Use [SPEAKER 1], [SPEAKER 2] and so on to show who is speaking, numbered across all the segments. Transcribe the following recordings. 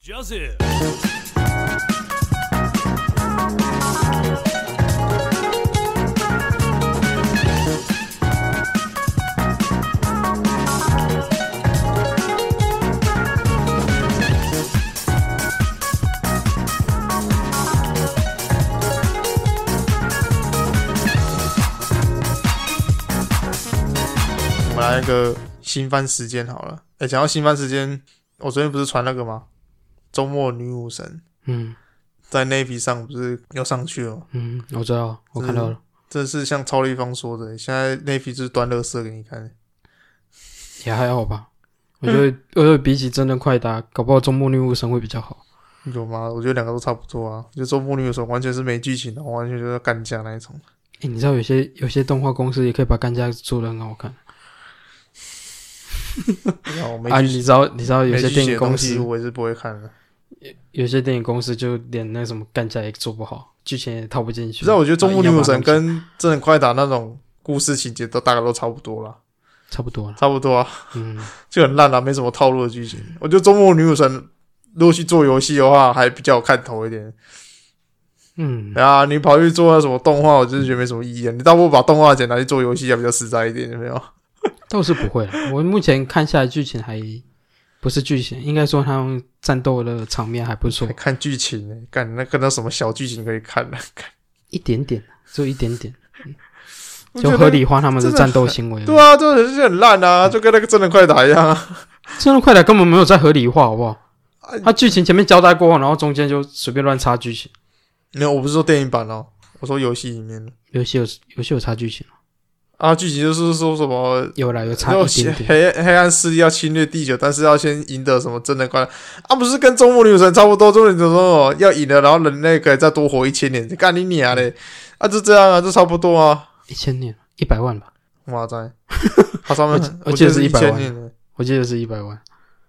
[SPEAKER 1] Joseph。
[SPEAKER 2] 我们来一个新番时间好了。哎、讲到新番时间，我昨天不是传那个吗？周末女武神
[SPEAKER 3] 嗯
[SPEAKER 2] 在 Navy 上不是又上去了吗？
[SPEAKER 3] 嗯，我知道，我看到了。
[SPEAKER 2] 这是像超立方说的，现在 Navy 就是端乐色给你看。
[SPEAKER 3] 也还好吧。我觉
[SPEAKER 2] 嗯
[SPEAKER 3] 得，我觉得比起真的快打，搞不好周末女武神会比较好。
[SPEAKER 2] 有吗？我觉得两个都差不多啊。就周末女武神完全是没剧情的，完全就是要干架那一种。
[SPEAKER 3] 哎、你知道有些有些动画公司也可以把干架做的很好看
[SPEAKER 2] 然后我没
[SPEAKER 3] 啊！
[SPEAKER 2] 剧
[SPEAKER 3] 你
[SPEAKER 2] 情
[SPEAKER 3] 知道你知道有
[SPEAKER 2] 没
[SPEAKER 3] 些
[SPEAKER 2] 剧情
[SPEAKER 3] 电
[SPEAKER 2] 的
[SPEAKER 3] 影
[SPEAKER 2] 东
[SPEAKER 3] 公
[SPEAKER 2] 西
[SPEAKER 3] 司，
[SPEAKER 2] 我也是不会看的。
[SPEAKER 3] 有些电影公司就连那什么干架也做不好，剧情也套不进去。
[SPEAKER 2] 不知道，我觉得《中
[SPEAKER 3] 啊
[SPEAKER 2] 国女
[SPEAKER 3] 硬要
[SPEAKER 2] 武
[SPEAKER 3] 把它
[SPEAKER 2] 神》
[SPEAKER 3] 弄起来
[SPEAKER 2] 跟《真人快打》那种故事情节都大概都差不多啦，
[SPEAKER 3] 差不多了。
[SPEAKER 2] 差不多啊，
[SPEAKER 3] 嗯，
[SPEAKER 2] 就很烂啦、啊没什么套路的剧情。我觉得《中国女武神》如果去做游戏的话，还比较有看头一点。
[SPEAKER 3] 嗯，
[SPEAKER 2] 然后你跑去做那什么动画，我真是觉得没什么意义、啊。你倒不如把动画剪拿去做游戏，还比较实在一点，有没有？
[SPEAKER 3] 倒是不会了。我目前看下来剧情还不是剧情，应该说他用战斗的场面还不错
[SPEAKER 2] 还，看剧情呢、干那看到什么小剧情可以看啊呢、干
[SPEAKER 3] 一点点，只有一点点，
[SPEAKER 2] 我觉
[SPEAKER 3] 就
[SPEAKER 2] 得
[SPEAKER 3] 合理化他们
[SPEAKER 2] 真的
[SPEAKER 3] 战斗行为。
[SPEAKER 2] 对啊，这人是很烂啊，就跟那个《真人快打》一样啊。
[SPEAKER 3] 真人快打根本没有在合理化，好不好
[SPEAKER 2] 啊？
[SPEAKER 3] 他剧情前面交代过后，然后中间就随便乱插剧情。
[SPEAKER 2] 没有，我不是说电影版哦，我说游戏里面的
[SPEAKER 3] 游戏有游戏有插剧情，
[SPEAKER 2] 啊，剧情就是说什么
[SPEAKER 3] 有啦有插
[SPEAKER 2] 然后
[SPEAKER 3] 一点点。
[SPEAKER 2] 黑黑暗势力要侵略地球，但是要先赢得什么真的快乐啊？不是跟中国女神差不多，中国女神说哦要赢了，然后人类可以再多活一千年，干你娘
[SPEAKER 3] 嗯
[SPEAKER 2] 嘞！啊，就这样啊，就差不多啊。
[SPEAKER 3] 一千年一百万吧，
[SPEAKER 2] 妈 在，它上面
[SPEAKER 3] 我
[SPEAKER 2] 我
[SPEAKER 3] 记我记得是
[SPEAKER 2] 一
[SPEAKER 3] 100万
[SPEAKER 2] 千年的，
[SPEAKER 3] 我记得是一百万，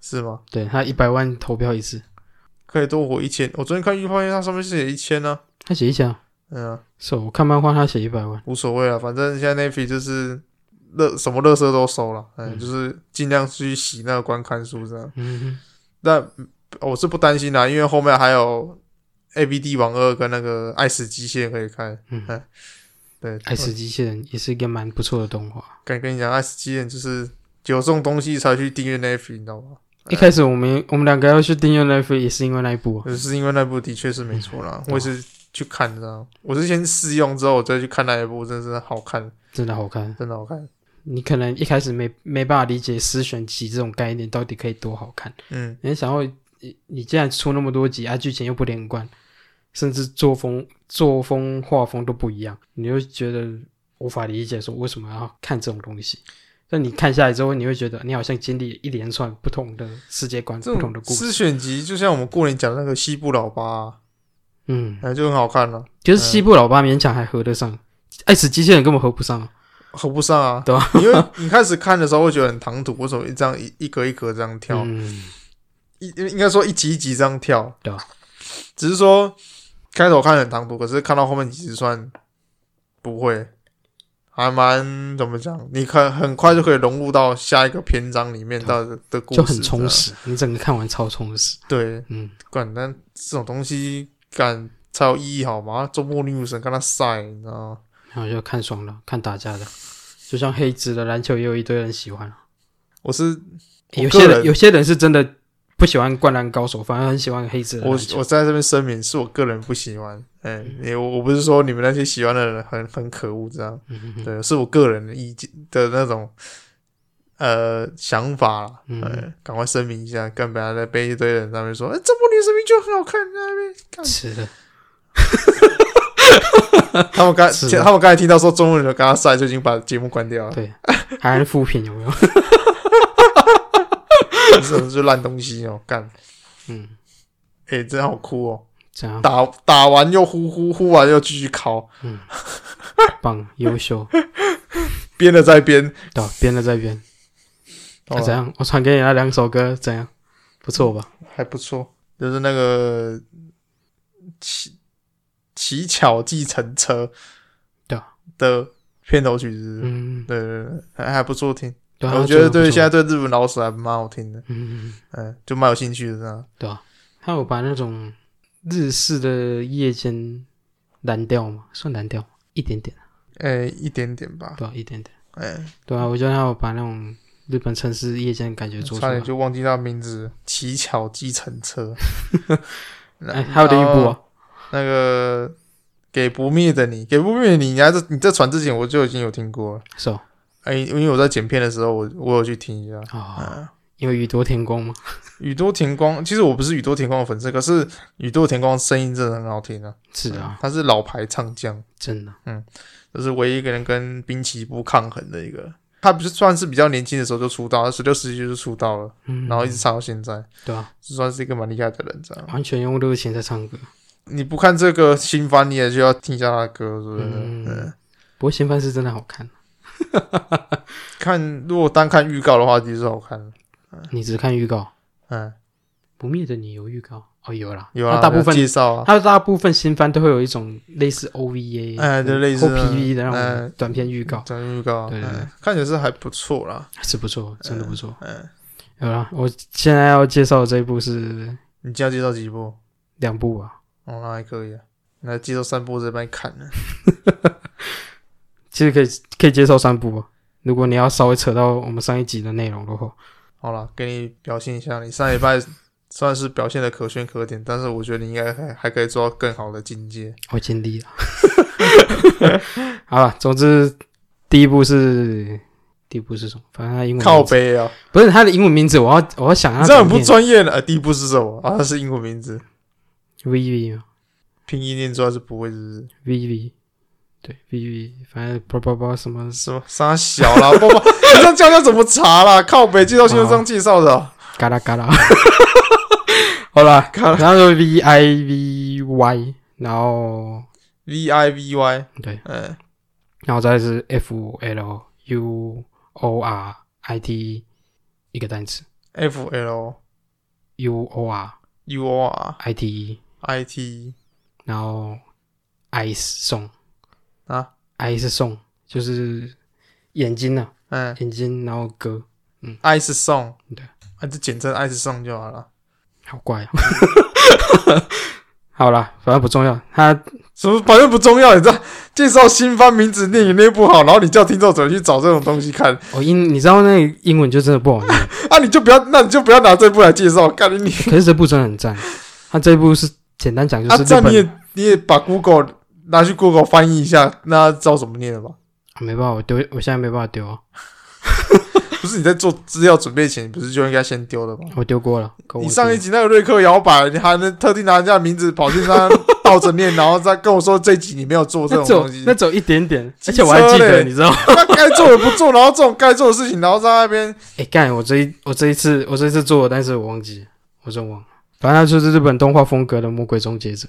[SPEAKER 2] 是吗？
[SPEAKER 3] 对他一百万投票一次，
[SPEAKER 2] 可以多活一千。我昨天看预告片，它上面是写一千呢。
[SPEAKER 3] 他写一千啊，
[SPEAKER 2] 嗯、啊，
[SPEAKER 3] 是哦我看漫画他写一百万，
[SPEAKER 2] 无所谓啊了，反正现在 Navy 就是乐什么乐色都收了，嗯，
[SPEAKER 3] 嗯
[SPEAKER 2] 就是尽量去洗那个观看数这样。
[SPEAKER 3] 嗯
[SPEAKER 2] 那嗯我是不担心啦，因为后面还有 A B D 王二跟那个爱死机械可以看。
[SPEAKER 3] 嗯
[SPEAKER 2] 哎对，
[SPEAKER 3] 爱死机器人也是一个蛮不错的动画。
[SPEAKER 2] 我敢跟你讲，爱死机器人就是有这种东西才去订阅 n e t f 你知道吗？
[SPEAKER 3] 一开始我们我们两个要去订阅那部，也是因为那一部啊，
[SPEAKER 2] 就是因为那部的确是没错啦，我也是去看的啊，我是先试用之后我再去看那一部，真是好看，
[SPEAKER 3] 真的好看。
[SPEAKER 2] 真的好看。
[SPEAKER 3] 你可能一开始没没办法理解十选集这种概念到底可以多好看。
[SPEAKER 2] 嗯，
[SPEAKER 3] 没想到你你竟然出那么多集啊，剧情又不连贯，甚至作风、作风、画风都不一样，你就觉得无法理解，说为什么要看这种东西。但你看下来之后，你会觉得你好像经历一连串不同的世界观、
[SPEAKER 2] 这
[SPEAKER 3] 不同的
[SPEAKER 2] 种
[SPEAKER 3] 故
[SPEAKER 2] 诗
[SPEAKER 3] 事，
[SPEAKER 2] 选集就像我们过年讲的那个西部老八、啊，
[SPEAKER 3] 嗯，
[SPEAKER 2] 哎，就很好看了、
[SPEAKER 3] 就是西部老八勉强还合得上，爱死机器人根本合不上啊。
[SPEAKER 2] 合不上啊，
[SPEAKER 3] 对啊
[SPEAKER 2] 因为你开始看的时候会觉得很唐突，为什么这样一一格一格这样跳？
[SPEAKER 3] 嗯，
[SPEAKER 2] 一应该说一集一集这样跳，
[SPEAKER 3] 对啊
[SPEAKER 2] 只是说开头看很唐突，可是看到后面其实算不会，还蛮怎么讲？你可很快就可以融入到下一个篇章里面
[SPEAKER 3] 对啊
[SPEAKER 2] 到的的故事，
[SPEAKER 3] 就很充。实，你整个看完超充实。
[SPEAKER 2] 对，
[SPEAKER 3] 嗯，
[SPEAKER 2] 管但这种东西干才有意义好吗？周末女武神跟他晒，你知道吗？
[SPEAKER 3] 然后就看爽了，看打架的，就像黑子的篮球也有一堆人喜欢啊。
[SPEAKER 2] 我是我个
[SPEAKER 3] 有些人
[SPEAKER 2] 人
[SPEAKER 3] 有些人是真的不喜欢灌篮高手，反而很喜欢黑子的
[SPEAKER 2] 我我
[SPEAKER 3] 篮球。
[SPEAKER 2] 在这边声明，是我个人不喜欢。哎、你我我不是说你们那些喜欢的人很很可恶这样。
[SPEAKER 3] 嗯嗯
[SPEAKER 2] 对，是我个人的意见的那种呃想法啦。
[SPEAKER 3] 嗯
[SPEAKER 2] 呃赶快声明一下，干不要再被一堆人在那边说，哎、这部女神明就很好看，在那 边
[SPEAKER 3] 嗯，吃的，
[SPEAKER 2] 他们刚
[SPEAKER 3] 是的啊
[SPEAKER 2] 他们刚才听到说中文的跟他赛，就已经把节目关掉了，
[SPEAKER 3] 对，还是副品有 没有？
[SPEAKER 2] 真的是烂东西哦，干，
[SPEAKER 3] 嗯，
[SPEAKER 2] 哎、真好哭哦，
[SPEAKER 3] 这样
[SPEAKER 2] 打打完又呼呼，呼完又继续考，
[SPEAKER 3] 棒，优秀，
[SPEAKER 2] 编了再编，
[SPEAKER 3] 对吧，编了再编。
[SPEAKER 2] 好
[SPEAKER 3] 那怎
[SPEAKER 2] 吧
[SPEAKER 3] 样？我传给你那两首歌，怎样？不错吧？
[SPEAKER 2] 还不错，就是那个乞乞巧计程车
[SPEAKER 3] 对啊
[SPEAKER 2] 的片头曲是不是
[SPEAKER 3] 嗯，
[SPEAKER 2] 对对对，还还不错听。
[SPEAKER 3] 对啊，
[SPEAKER 2] 我觉得对于现在
[SPEAKER 3] 在，
[SPEAKER 2] 对日文老师还蛮好听的，
[SPEAKER 3] 嗯，
[SPEAKER 2] 嗯，就蛮有兴趣的这样。
[SPEAKER 3] 对吧？他有把那种日式的夜间蓝调嘛，算蓝调吗一点点，
[SPEAKER 2] 哎、一点点吧，
[SPEAKER 3] 对啊，一点点，
[SPEAKER 2] 哎、
[SPEAKER 3] 对啊，我觉得他有把那种日本城市夜间感觉做出
[SPEAKER 2] 差
[SPEAKER 3] 来
[SPEAKER 2] 点。就忘记他名字，乞巧计程 车。
[SPEAKER 3] 哎，还有另一
[SPEAKER 2] 然
[SPEAKER 3] 部
[SPEAKER 2] 后
[SPEAKER 3] 啊，
[SPEAKER 2] 那个给不灭的你，给不灭的你，你还是你在传之前我就已经有听过了。
[SPEAKER 3] 是哦，
[SPEAKER 2] 哎、因为我在剪片的时候，我我有去听一下。啊
[SPEAKER 3] 哦，因为宇多田光嘛，
[SPEAKER 2] 宇多田光，其实我不是宇多田光的粉丝，可是宇多田光声音真的很好听啊。
[SPEAKER 3] 是啊，
[SPEAKER 2] 他是老牌唱将，
[SPEAKER 3] 真的，
[SPEAKER 2] 就是唯一一个人跟滨崎步抗衡的一个。他不是算是比较年轻的时候就出道，他十六十七就出道了，
[SPEAKER 3] 嗯，
[SPEAKER 2] 然后一直唱到现在，
[SPEAKER 3] 对啊，
[SPEAKER 2] 就算是一个蛮厉害的人这样。
[SPEAKER 3] 完全用热情在唱歌。
[SPEAKER 2] 你不看这个新番，你也就要听一下他的歌，是不是？
[SPEAKER 3] 嗯
[SPEAKER 2] 嗯
[SPEAKER 3] 不过新番是真的好看，
[SPEAKER 2] 看如果单看预告的话，的确是好看的。
[SPEAKER 3] 你只看预告，
[SPEAKER 2] 嗯，
[SPEAKER 3] 不灭的你有预告哦，有啦，
[SPEAKER 2] 有啊，
[SPEAKER 3] 它大部分
[SPEAKER 2] 有介绍啊，
[SPEAKER 3] 它大部分新番都会有一种类似 OVA，
[SPEAKER 2] 哎对类似
[SPEAKER 3] 或 PV 的那
[SPEAKER 2] 哎
[SPEAKER 3] 种短片预告，
[SPEAKER 2] 讲预告，
[SPEAKER 3] 对对对
[SPEAKER 2] 嗯，看起来是还不错啦。
[SPEAKER 3] 是不错，真的不错。
[SPEAKER 2] 嗯，
[SPEAKER 3] 有啦，我现在要介绍的这一部是
[SPEAKER 2] 你今天要介绍几部？
[SPEAKER 3] 两部啊，
[SPEAKER 2] 哦，那还可以啊。那介绍三部这边看啊呢，
[SPEAKER 3] 其实可以可以接受三部啊。如果你要稍微扯到我们上一集的内容的话，
[SPEAKER 2] 好了，给你表现一下，你上礼拜 算是表现的可圈可点，但是我觉得你应该还还可以做到更好的境界。
[SPEAKER 3] 我尽力了。 好了，总之第一部是第一部是什么？反正它英文
[SPEAKER 2] 靠
[SPEAKER 3] 名字
[SPEAKER 2] 背啊，
[SPEAKER 3] 不是它的英文名字，我要我要想它
[SPEAKER 2] 你这样很
[SPEAKER 3] 怎么
[SPEAKER 2] 不
[SPEAKER 3] 念
[SPEAKER 2] 专业的。呃，第一部是什么？啊，它是英文名字，
[SPEAKER 3] VV 吗
[SPEAKER 2] 拼音念出来是不会，是不是？
[SPEAKER 3] ？VV 对 VV，反正叭叭叭什么
[SPEAKER 2] 什么傻小啦，不 不，你这样叫他怎么查啦？靠北介绍信这样介绍的哦，
[SPEAKER 3] 嘎啦嘎啦。 好啦，然后就 V I V Y，然后
[SPEAKER 2] v i v y，
[SPEAKER 3] 对，
[SPEAKER 2] 嗯，
[SPEAKER 3] 然后再是 F L U O R I T E，一个单词
[SPEAKER 2] f l
[SPEAKER 3] U O R
[SPEAKER 2] u o r
[SPEAKER 3] I T E，
[SPEAKER 2] i t，
[SPEAKER 3] 然后 Ice 送
[SPEAKER 2] 啊
[SPEAKER 3] ，Ice 送就是眼睛啊，
[SPEAKER 2] 嗯
[SPEAKER 3] 眼睛，然后歌，
[SPEAKER 2] ，ice song，
[SPEAKER 3] 对，
[SPEAKER 2] 啊，就简称 ice song 就好了。
[SPEAKER 3] 好怪啊。 好啦，反正不重要，它
[SPEAKER 2] 什么反正不重要，你知道？介绍新番名字念也念不好，然后你叫听众者去找这种东西看，
[SPEAKER 3] 我、哦英，你知道那个英文就真的不 好念，
[SPEAKER 2] 啊，你就不要，那你就不要拿这部来介绍，干你！
[SPEAKER 3] 可是这部真的很赞。它这部是简单讲就
[SPEAKER 2] 啊，
[SPEAKER 3] 是
[SPEAKER 2] 这
[SPEAKER 3] 日
[SPEAKER 2] 样
[SPEAKER 3] 本，
[SPEAKER 2] 你也你也把 Google 拿去 Google 翻译一下，那知道怎么念了吧？
[SPEAKER 3] 啊没办法，我丢，我现在没办法丢啊，
[SPEAKER 2] 不是你在做资料准备前，你不是就应该先丢了吗？
[SPEAKER 3] 我丢过了。哦跟我
[SPEAKER 2] 你上
[SPEAKER 3] 丢
[SPEAKER 2] 一集那个瑞克摇摆，你还能特地拿人家的名字跑去那倒着念，然后再跟我说这一集你没有做这
[SPEAKER 3] 那
[SPEAKER 2] 种
[SPEAKER 3] 走
[SPEAKER 2] 东西
[SPEAKER 3] 那，走一点点，
[SPEAKER 2] 机
[SPEAKER 3] 而且我还记
[SPEAKER 2] 车嘞
[SPEAKER 3] 得，你知道吗？
[SPEAKER 2] 那该做的不做，然后这种该做的事情，然后在那边
[SPEAKER 3] 哎、干，我这一我这一次我这一次做了，但是我忘记了，我真忘了。反正它就是日本动画风格的《魔鬼终结者》，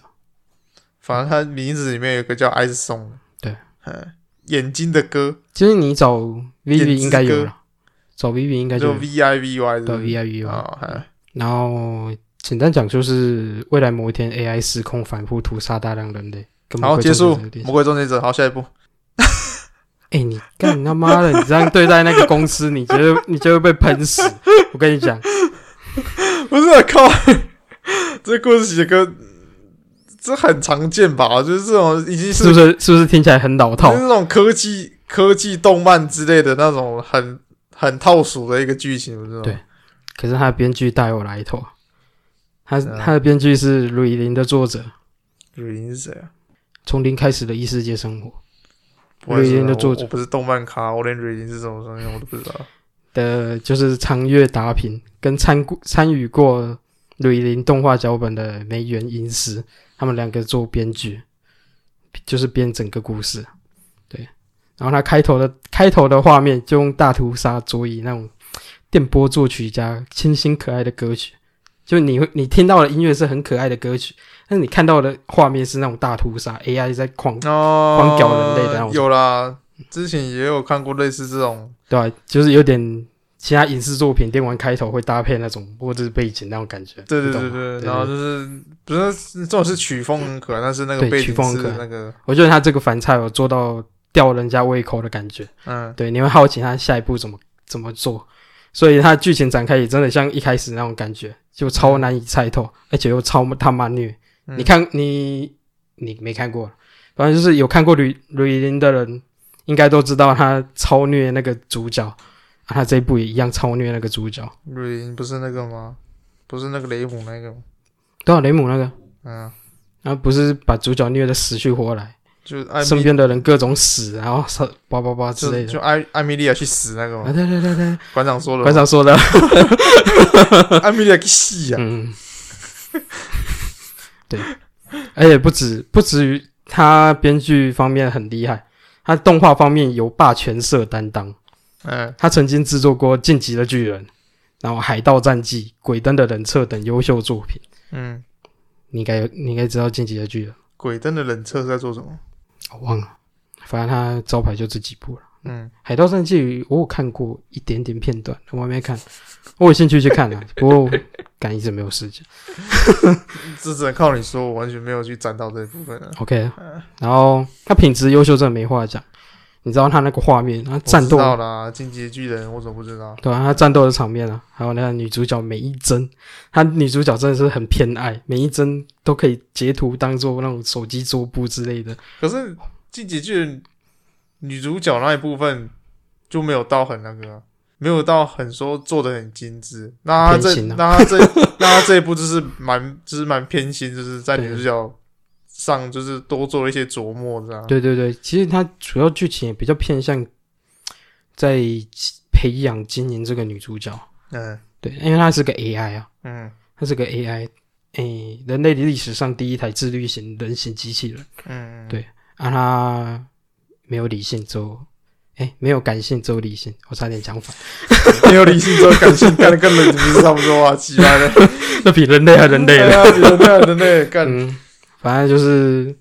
[SPEAKER 2] 反正他名字里面有一个叫 Ice Song，
[SPEAKER 3] 对，
[SPEAKER 2] 嗯，眼睛的歌
[SPEAKER 3] 其实你找 Vivi
[SPEAKER 2] 之
[SPEAKER 3] 应该有
[SPEAKER 2] 歌
[SPEAKER 3] 了，找 Vivi 应该
[SPEAKER 2] 就
[SPEAKER 3] 就有
[SPEAKER 2] V I V Y
[SPEAKER 3] 对
[SPEAKER 2] 的
[SPEAKER 3] V I V 吧。
[SPEAKER 2] 啊，嗯
[SPEAKER 3] 然后简单讲就是未来某一天 AI 失控反复屠杀大量人类。跟魔
[SPEAKER 2] 好，
[SPEAKER 3] 鬼
[SPEAKER 2] 结束
[SPEAKER 3] 终结者有点
[SPEAKER 2] 《
[SPEAKER 3] 像
[SPEAKER 2] 魔鬼终结者》，好，下一步
[SPEAKER 3] 哎、你干你他妈的！你这样对待那个公司，你绝对 你就会被喷死。我跟 你讲，
[SPEAKER 2] 不是啊靠， 这故事写歌这很常见吧？就是这种已经
[SPEAKER 3] 是不是是不是听起来很老套
[SPEAKER 2] 就是？那种科技科技动漫之类的那种很很套属的一个剧情，不是吗？
[SPEAKER 3] 对可是他的编剧大有来头，他
[SPEAKER 2] 嗯
[SPEAKER 3] 他的编剧是《吕林》的作者，《
[SPEAKER 2] 吕林是谁啊？
[SPEAKER 3] 从零开始的异世界生活
[SPEAKER 2] 不好意思啊
[SPEAKER 3] 吕林的作者
[SPEAKER 2] 我我不是动漫咖，我连吕林是什么东西我都不知道。》
[SPEAKER 3] 的，就是长月达平跟参过参与过《吕林》动画脚本的梅原银时，他们两个做编剧，就是编整个故事。对，然后他开头的开头的画面就用大屠杀佐以那种电波作曲家清新可爱的歌曲，就你会你听到的音乐是很可爱的歌曲，但是你看到的画面是那种大屠杀 AI 在狂
[SPEAKER 2] 哦，
[SPEAKER 3] 光屌人类的那种
[SPEAKER 2] 有啦，之前也有看过类似这种，
[SPEAKER 3] 对、啊，就是有点其他影视作品电玩开头会搭配那种末日背景那种感觉。
[SPEAKER 2] 对对
[SPEAKER 3] 你
[SPEAKER 2] 对
[SPEAKER 3] 懂吗
[SPEAKER 2] 对，
[SPEAKER 3] 啊对
[SPEAKER 2] 然后就是不是这种是曲风很可爱，但是那个
[SPEAKER 3] 对
[SPEAKER 2] 背
[SPEAKER 3] 曲
[SPEAKER 2] 景
[SPEAKER 3] 风很
[SPEAKER 2] 是
[SPEAKER 3] 可爱
[SPEAKER 2] 那个
[SPEAKER 3] 我觉得他这个反差有做到吊人家胃口的感觉。
[SPEAKER 2] 嗯
[SPEAKER 3] 对，你会好奇他下一步怎么怎么做，所以它剧情展开也真的像一开始那种感觉，就超难以猜透，而且又超他妈虐。
[SPEAKER 2] 嗯
[SPEAKER 3] 你看你你没看过，反正就是有看过吕吕林的人，应该都知道他超虐那个主角，啊、他这一部也一样超虐那个主角。
[SPEAKER 2] 瑞嗯银不是那个吗？不是那个雷姆那个吗？
[SPEAKER 3] 多啊少雷姆那个，
[SPEAKER 2] 嗯，
[SPEAKER 3] 然后啊不是把主角虐的死去活来，
[SPEAKER 2] 就艾
[SPEAKER 3] 身
[SPEAKER 2] 米
[SPEAKER 3] 边的人各种死，然后杀叭叭叭之
[SPEAKER 2] 哎就
[SPEAKER 3] 类
[SPEAKER 2] 就
[SPEAKER 3] 的。
[SPEAKER 2] 艾艾米莉亚去死那个
[SPEAKER 3] 啊，
[SPEAKER 2] 吗？
[SPEAKER 3] 对对对对，
[SPEAKER 2] 馆长说了
[SPEAKER 3] 馆，长说的，
[SPEAKER 2] 艾米莉亚去死啊！
[SPEAKER 3] 嗯， 对，而且不止不止于他编剧方面很厉害，他动画方面有霸权社担当。
[SPEAKER 2] 嗯，
[SPEAKER 3] 他曾经制作过《晋级的巨人》，然后《海盗战记》《鬼灯的人设》等优秀作品。
[SPEAKER 2] 嗯，
[SPEAKER 3] 你应该你应该知道《晋级的巨人》
[SPEAKER 2] 鬼灯的冷彻是在做什么？
[SPEAKER 3] 我忘了，反正他招牌就这几部了。
[SPEAKER 2] 嗯，
[SPEAKER 3] 《海盗战记》我有看过一点点片段，我还没看，我有兴趣去 看了、啊不过感一直没有时间。
[SPEAKER 2] 这只能靠你说，我完全没有去沾到这一部分啊。
[SPEAKER 3] OK，然后他品质优秀，真的没话讲。你知道他那个画面，他战斗
[SPEAKER 2] 我知道啦，进击的巨人我怎么不知道？
[SPEAKER 3] 对啊，他战斗的场面啊，还有那个女主角每一帧，她女主角真的是很偏爱，每一帧都可以截图当做那种手机桌布之类的。
[SPEAKER 2] 可是进击的巨人女主角那一部分就没有到很那个啊、没有到很说做的很精致。那他
[SPEAKER 3] 偏
[SPEAKER 2] 这
[SPEAKER 3] 心啊
[SPEAKER 2] 那他这那他这一部就是蛮就是蛮偏心，就是在女主角上就是多做了一些琢磨，这样。
[SPEAKER 3] 对对对，其实它主要剧情也比较偏向在培养经营这个女主角，
[SPEAKER 2] 嗯
[SPEAKER 3] 对，因为她是个 AI 啊，
[SPEAKER 2] 嗯
[SPEAKER 3] 她是个 AI，诶，人类历史上第一台自律型人形机器人。
[SPEAKER 2] 嗯，
[SPEAKER 3] 对啊，他没有理性，只有哎没有感性，只有理性。我差点讲反，
[SPEAKER 2] 没有理性之后感性干的跟人不是差不多啊，奇怪 的，
[SPEAKER 3] 那比人类还人类
[SPEAKER 2] 对
[SPEAKER 3] 了。
[SPEAKER 2] 啊，人类人类干，
[SPEAKER 3] 嗯，反正就是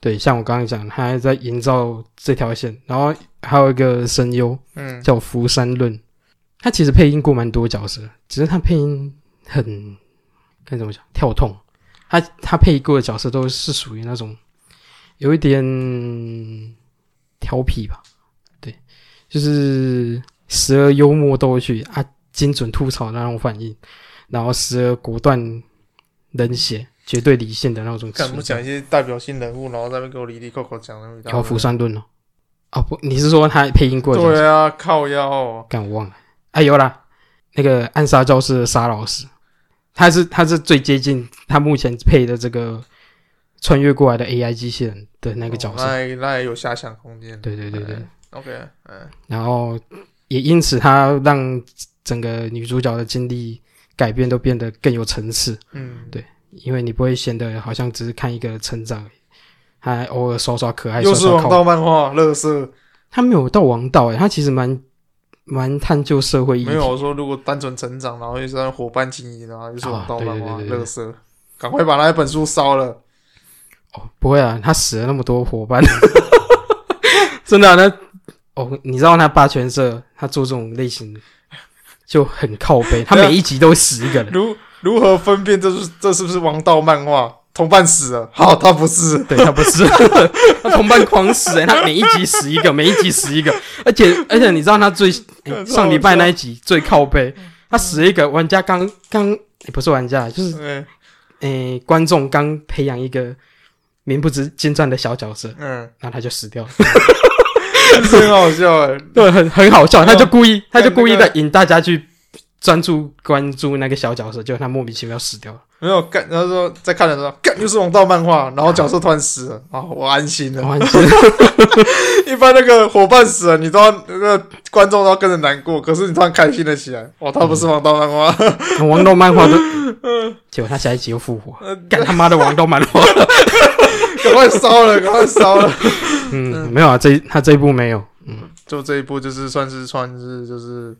[SPEAKER 3] 对，像我刚刚讲，他还在营造这条线，然后还有一个声优
[SPEAKER 2] 嗯
[SPEAKER 3] 叫福山润，他其实配音过蛮多角色，只是他配音很该怎么讲跳痛，他他配过的角色都是属于那种有一点调皮吧，对，就是时而幽默逗趣啊，精准吐槽的那种反应，然后时而果断冷血、绝对理性的那种
[SPEAKER 2] 干
[SPEAKER 3] 存
[SPEAKER 2] 不
[SPEAKER 3] 在
[SPEAKER 2] 讲一些代表性人物，然后在那边给我里里扣扣讲那么一大
[SPEAKER 3] 然后
[SPEAKER 2] 堆
[SPEAKER 3] 福山顿哦，啊不，你是说他配音过的角色？
[SPEAKER 2] 对啊，靠腰哦，
[SPEAKER 3] 干我忘了，啊有啦，那个暗杀教室的沙老师，他是他是最接近他目前配的这个穿越过来的 AI 机器人的那个角色，
[SPEAKER 2] 哦那也那也有遐想空间。
[SPEAKER 3] 对对对对，
[SPEAKER 2] OK，嗯
[SPEAKER 3] 然后也因此他让整个女主角的经历改变都变得更有层次，
[SPEAKER 2] 嗯，
[SPEAKER 3] 对因为你不会显得好像只是看一个成长而已，还偶尔刷刷可爱，
[SPEAKER 2] 又
[SPEAKER 3] 刷
[SPEAKER 2] 是
[SPEAKER 3] 刷
[SPEAKER 2] 王
[SPEAKER 3] 靠
[SPEAKER 2] 道漫画，乐色
[SPEAKER 3] 他没有到王道欸诶、他其实蛮蛮探究社会议题
[SPEAKER 2] 没，有我说，如果单纯成长，然后又是伙伴经营，然后又是王道漫
[SPEAKER 3] 啊
[SPEAKER 2] 画，
[SPEAKER 3] 对对对对
[SPEAKER 2] 乐色，赶快把那一本书烧了。
[SPEAKER 3] 哦，不会啊，他死了那么多伙伴， 真的啊、那哦，你知道那霸权社他做这种类型就很靠背，他
[SPEAKER 2] 对啊
[SPEAKER 3] 每一集都会死一个人，
[SPEAKER 2] 如如何分辨这是这是不是王道漫画？同伴死了，好，他不是。
[SPEAKER 3] 对他不是， 他同伴狂死、欸，他每一集死一个，每一集死一个，而且而且你知道他最、欸上礼拜那一集最靠背，他死一个玩家刚刚、欸不是玩家，就是
[SPEAKER 2] 嗯
[SPEAKER 3] 诶、欸观众刚培养一个名不知精湛的小角色，
[SPEAKER 2] 嗯，
[SPEAKER 3] 然后他就死掉了。
[SPEAKER 2] 是很好笑哎。
[SPEAKER 3] 对，很很好笑，
[SPEAKER 2] 然后
[SPEAKER 3] 他就故意，他就故意
[SPEAKER 2] 那个
[SPEAKER 3] 的引大家去专注关注那个小角色，结果他莫名其妙死掉了。
[SPEAKER 2] 没有干，然后说在看的时候，干又是王道漫画，然后角色突然死了，啊，我安心了。
[SPEAKER 3] 哇，你是
[SPEAKER 2] 一般那个伙伴死了，你都要那个观众都要跟着难过，可是你突然开心了起来。哇，他不是王道漫画，
[SPEAKER 3] 王道漫画都，结果他下一集又复活，
[SPEAKER 2] 呃
[SPEAKER 3] 干他妈的王道漫 画。
[SPEAKER 2] 赶快烧了，赶快烧了。
[SPEAKER 3] 嗯，没有啊，这一他这一部没有。嗯，
[SPEAKER 2] 就这一部就是算是算是就是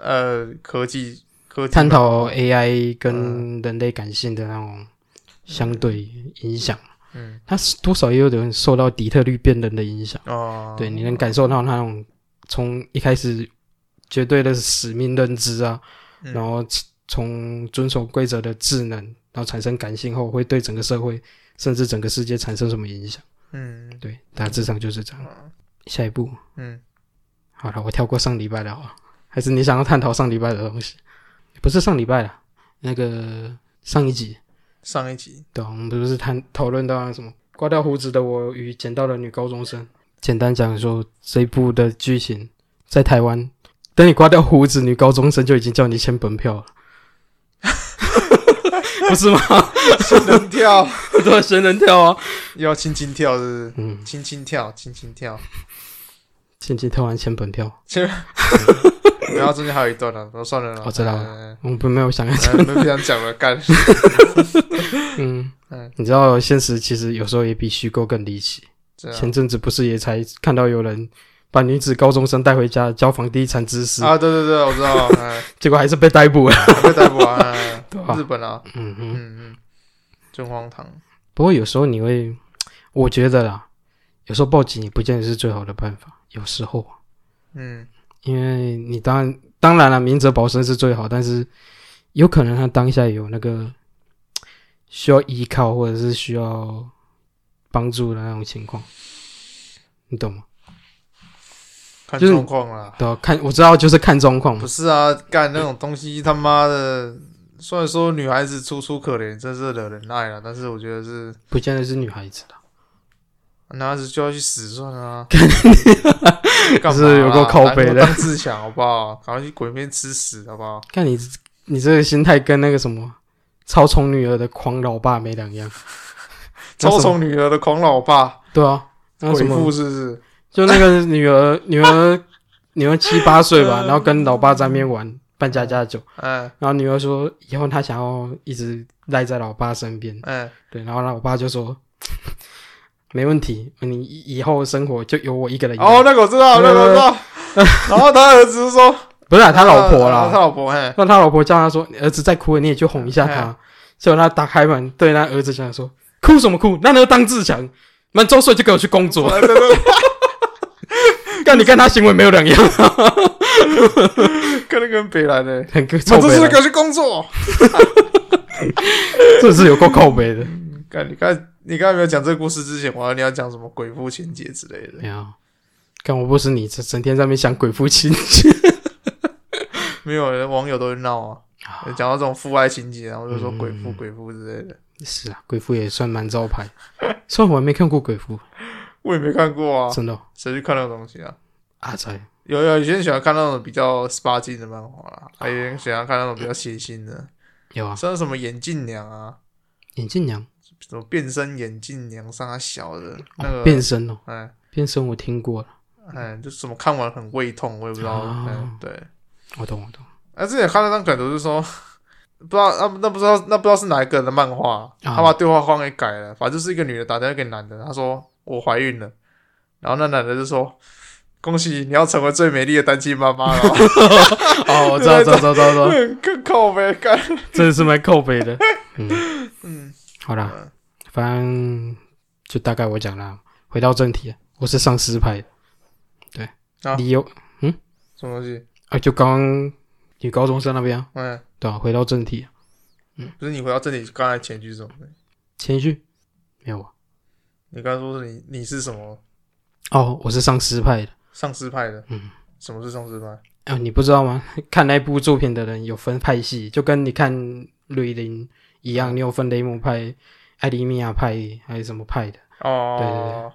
[SPEAKER 2] 呃科技科技
[SPEAKER 3] 探讨 AI
[SPEAKER 2] 呃
[SPEAKER 3] 跟人类感性的那种相对影响，
[SPEAKER 2] 嗯
[SPEAKER 3] 他是多少也有点受到底特律变人的影响。
[SPEAKER 2] 哦，
[SPEAKER 3] 对，你能感受到他那种从一开始绝对的使命认知啊，
[SPEAKER 2] 嗯
[SPEAKER 3] 然后从遵守规则的智能，然后产生感性后，会对整个社会甚至整个世界产生什么影响？
[SPEAKER 2] 嗯
[SPEAKER 3] 对，大致上就是这样。下一步，
[SPEAKER 2] 嗯
[SPEAKER 3] 好了，我跳过上礼拜的啊，还是你想要探讨上礼拜的东西？不是上礼拜了，那个上一集，
[SPEAKER 2] 上一集
[SPEAKER 3] 对啊、我们不是谈讨论到那什么刮掉胡子的我与捡到的女高中生？简单讲说，这一部的剧情在台湾，等你刮掉胡子，女高中生就已经叫你签本 票了，不是吗？
[SPEAKER 2] 仙人跳
[SPEAKER 3] 对啊，谁能跳啊？
[SPEAKER 2] 要轻轻跳，是不
[SPEAKER 3] 嗯
[SPEAKER 2] 是？，轻轻跳，轻轻跳。
[SPEAKER 3] 先去跳完签本票，
[SPEAKER 2] 然后中间还有一段呢，我算了啦，
[SPEAKER 3] 我知道了
[SPEAKER 2] 嗯
[SPEAKER 3] 我们没有 想要
[SPEAKER 2] 哎没不想讲了， 干。
[SPEAKER 3] 嗯
[SPEAKER 2] 嗯，
[SPEAKER 3] 你知道现实其实有时候也比虚构更离奇。
[SPEAKER 2] 这样
[SPEAKER 3] 前阵子不是也才看到有人把女子高中生带回家交房地产知识，
[SPEAKER 2] 啊，对对对，我知道，哎，
[SPEAKER 3] 结果还是被逮捕了。
[SPEAKER 2] 被逮捕啊， 哎
[SPEAKER 3] 对啊
[SPEAKER 2] 日本啊，
[SPEAKER 3] 嗯
[SPEAKER 2] 嗯
[SPEAKER 3] 哼，
[SPEAKER 2] 嗯，真荒唐。
[SPEAKER 3] 不过有时候你会，我觉得啦，有时候报警也不见得是最好的办法。有时候，啊
[SPEAKER 2] 嗯，
[SPEAKER 3] 因为你当然当然了，明哲保身是最好，但是有可能他当下有那个需要依靠或者是需要帮助的那种情况，你懂吗？
[SPEAKER 2] 看
[SPEAKER 3] 就是
[SPEAKER 2] 状况啦。
[SPEAKER 3] 对啊、看我知道就是看状况嘛
[SPEAKER 2] 不。是啊，干那种东西，他妈的，虽然说女孩子楚楚可怜，真是惹人爱了，但是我觉得是
[SPEAKER 3] 不见得是女孩子啦，
[SPEAKER 2] 男孩子就要去死算了啊。
[SPEAKER 3] 可
[SPEAKER 2] 干
[SPEAKER 3] 是
[SPEAKER 2] 嘛啦
[SPEAKER 3] 有够靠北的
[SPEAKER 2] 来我当自强好不好？赶快去鬼面吃屎好不好？
[SPEAKER 3] 看你你这个心态跟那个什么超宠女儿的狂老爸没两样。
[SPEAKER 2] 超宠女儿的狂老爸，
[SPEAKER 3] 对啊，那
[SPEAKER 2] 鬼
[SPEAKER 3] 什么
[SPEAKER 2] 父是不是？
[SPEAKER 3] 就那个女儿女儿女儿七八岁 吧，然后跟老爸在那边玩扮家家酒，
[SPEAKER 2] 嗯
[SPEAKER 3] 然后女儿说以后她想要一直赖在老爸身边，
[SPEAKER 2] 嗯，
[SPEAKER 3] 对，然后老爸就说 没问题，你以以后生活就由我一个人养。
[SPEAKER 2] 哦，那个我知道，那个我知道。然后他儿子说，
[SPEAKER 3] 不是、啊、他老婆
[SPEAKER 2] 啊他
[SPEAKER 3] 啦，
[SPEAKER 2] 老婆，嘿，
[SPEAKER 3] 那他老婆叫他说你儿子在哭了，你也去哄一下他
[SPEAKER 2] 哎。
[SPEAKER 3] 结果他打开门对那儿子讲说哭什么哭，那你要当自强，满周岁就给我去 工作，
[SPEAKER 2] 对对对
[SPEAKER 3] 干你跟他行为没有两样，
[SPEAKER 2] 跟那个人北来的，
[SPEAKER 3] 很 个
[SPEAKER 2] 我
[SPEAKER 3] 臭
[SPEAKER 2] 这
[SPEAKER 3] 美
[SPEAKER 2] 次
[SPEAKER 3] 了，
[SPEAKER 2] 可去工作。
[SPEAKER 3] 这是有够靠背的。
[SPEAKER 2] 看，你看，你刚才没有讲这个故事之前，我还以为你要讲什么鬼父情节之类的
[SPEAKER 3] 没，有，哎看我不是你，整整天在那边想鬼父 亲
[SPEAKER 2] 没有人网友都会闹啊，
[SPEAKER 3] 啊，
[SPEAKER 2] 讲到这种父爱情节，然后就说
[SPEAKER 3] 嗯
[SPEAKER 2] 鬼父、鬼父之类的，
[SPEAKER 3] 是啊，鬼父也算蛮招牌。虽然我还没看过鬼父，
[SPEAKER 2] 我也没看过啊，
[SPEAKER 3] 真的哦
[SPEAKER 2] 谁去看那种东西啊？
[SPEAKER 3] 阿仔
[SPEAKER 2] 有有有些人喜欢看那种比较十八禁的漫画啦，还有人喜欢看那种比较血腥的，
[SPEAKER 3] 有啊，
[SPEAKER 2] 像什么眼镜娘啊，
[SPEAKER 3] 眼镜娘
[SPEAKER 2] 什么变身眼镜娘，上他小的那
[SPEAKER 3] 哦，
[SPEAKER 2] 个，
[SPEAKER 3] 变身哦，
[SPEAKER 2] 哎
[SPEAKER 3] 变身我听过了，
[SPEAKER 2] 哎，就什么看完很胃痛，我也不知道，
[SPEAKER 3] 哦
[SPEAKER 2] 哎对。
[SPEAKER 3] 我懂我懂
[SPEAKER 2] 啊，之前看到张梗图是说， 不知道啊，那不知道那不知道是哪一个人的漫画，
[SPEAKER 3] 啊
[SPEAKER 2] 他把对话框给改了，反正就是一个女的打电话给男的，她说我怀孕了，然后那男的就说。恭喜你要成为最美丽的单亲妈妈了！
[SPEAKER 3] 哦，我知道知道知道知道，知道
[SPEAKER 2] 更靠呗，干
[SPEAKER 3] 真的是蛮靠背的。 嗯，
[SPEAKER 2] 嗯，
[SPEAKER 3] 好啦，
[SPEAKER 2] 嗯
[SPEAKER 3] 反正就大概我讲啦。回到正题，我是丧尸派的，对，
[SPEAKER 2] 啊
[SPEAKER 3] 理由
[SPEAKER 2] 什么东西？
[SPEAKER 3] 啊，就刚刚女高中生那边啊，
[SPEAKER 2] 嗯，
[SPEAKER 3] 对啊，回到正题，
[SPEAKER 2] 不是你回到这里，刚才前句是什么？
[SPEAKER 3] 前一句没有啊。
[SPEAKER 2] 你刚才说是你你是什么
[SPEAKER 3] 哦，我是丧尸派的。
[SPEAKER 2] 上司派的？
[SPEAKER 3] 嗯，
[SPEAKER 2] 什么是上司派？
[SPEAKER 3] 啊、你不知道吗？ 看那部作品的人有分派系，就跟你看《瑞林》一样，你有分雷姆派、艾利米亚派，还有什么派的。
[SPEAKER 2] 哦，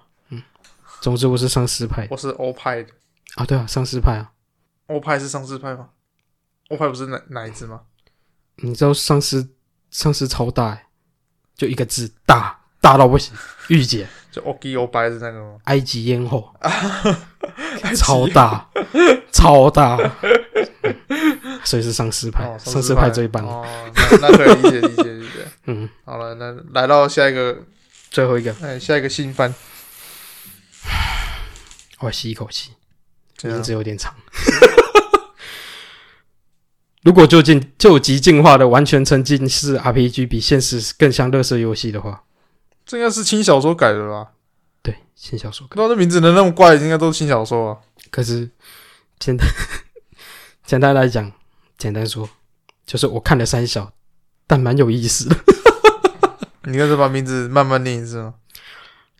[SPEAKER 3] 总之，我是丧尸派的
[SPEAKER 2] 我是欧派的，
[SPEAKER 3] 啊，对啊，丧尸派啊。
[SPEAKER 2] 欧派是上司派吗？欧派不是哪哪一支吗？
[SPEAKER 3] 你知道丧尸丧尸超大、欸，就一个字大，大到不行。御姐，
[SPEAKER 2] 就 Oki 欧白是那个吗？
[SPEAKER 3] 埃及艳后，超大，超大， 嗯所以是丧尸派，
[SPEAKER 2] 哦，
[SPEAKER 3] 丧尸派最棒。
[SPEAKER 2] 哦，那那可以理解理解理解。
[SPEAKER 3] 嗯，
[SPEAKER 2] 好了，那来到下一个，
[SPEAKER 3] 最后一个，
[SPEAKER 2] 哎，下一个新番，
[SPEAKER 3] 我吸一口气。
[SPEAKER 2] 这
[SPEAKER 3] 名
[SPEAKER 2] 样
[SPEAKER 3] 字有点长。 如果就近就极进化的完全沉浸式 RPG 比现实更像乐色游戏的话，
[SPEAKER 2] 这应该是轻小说改的吧？
[SPEAKER 3] 对，新小说。
[SPEAKER 2] 那这名字能那么怪，应该都是轻小说啊。
[SPEAKER 3] 可是简单 简单来讲，简单说，就是我看了三小，但蛮有意思的。
[SPEAKER 2] 你看这把名字慢慢念一次吗？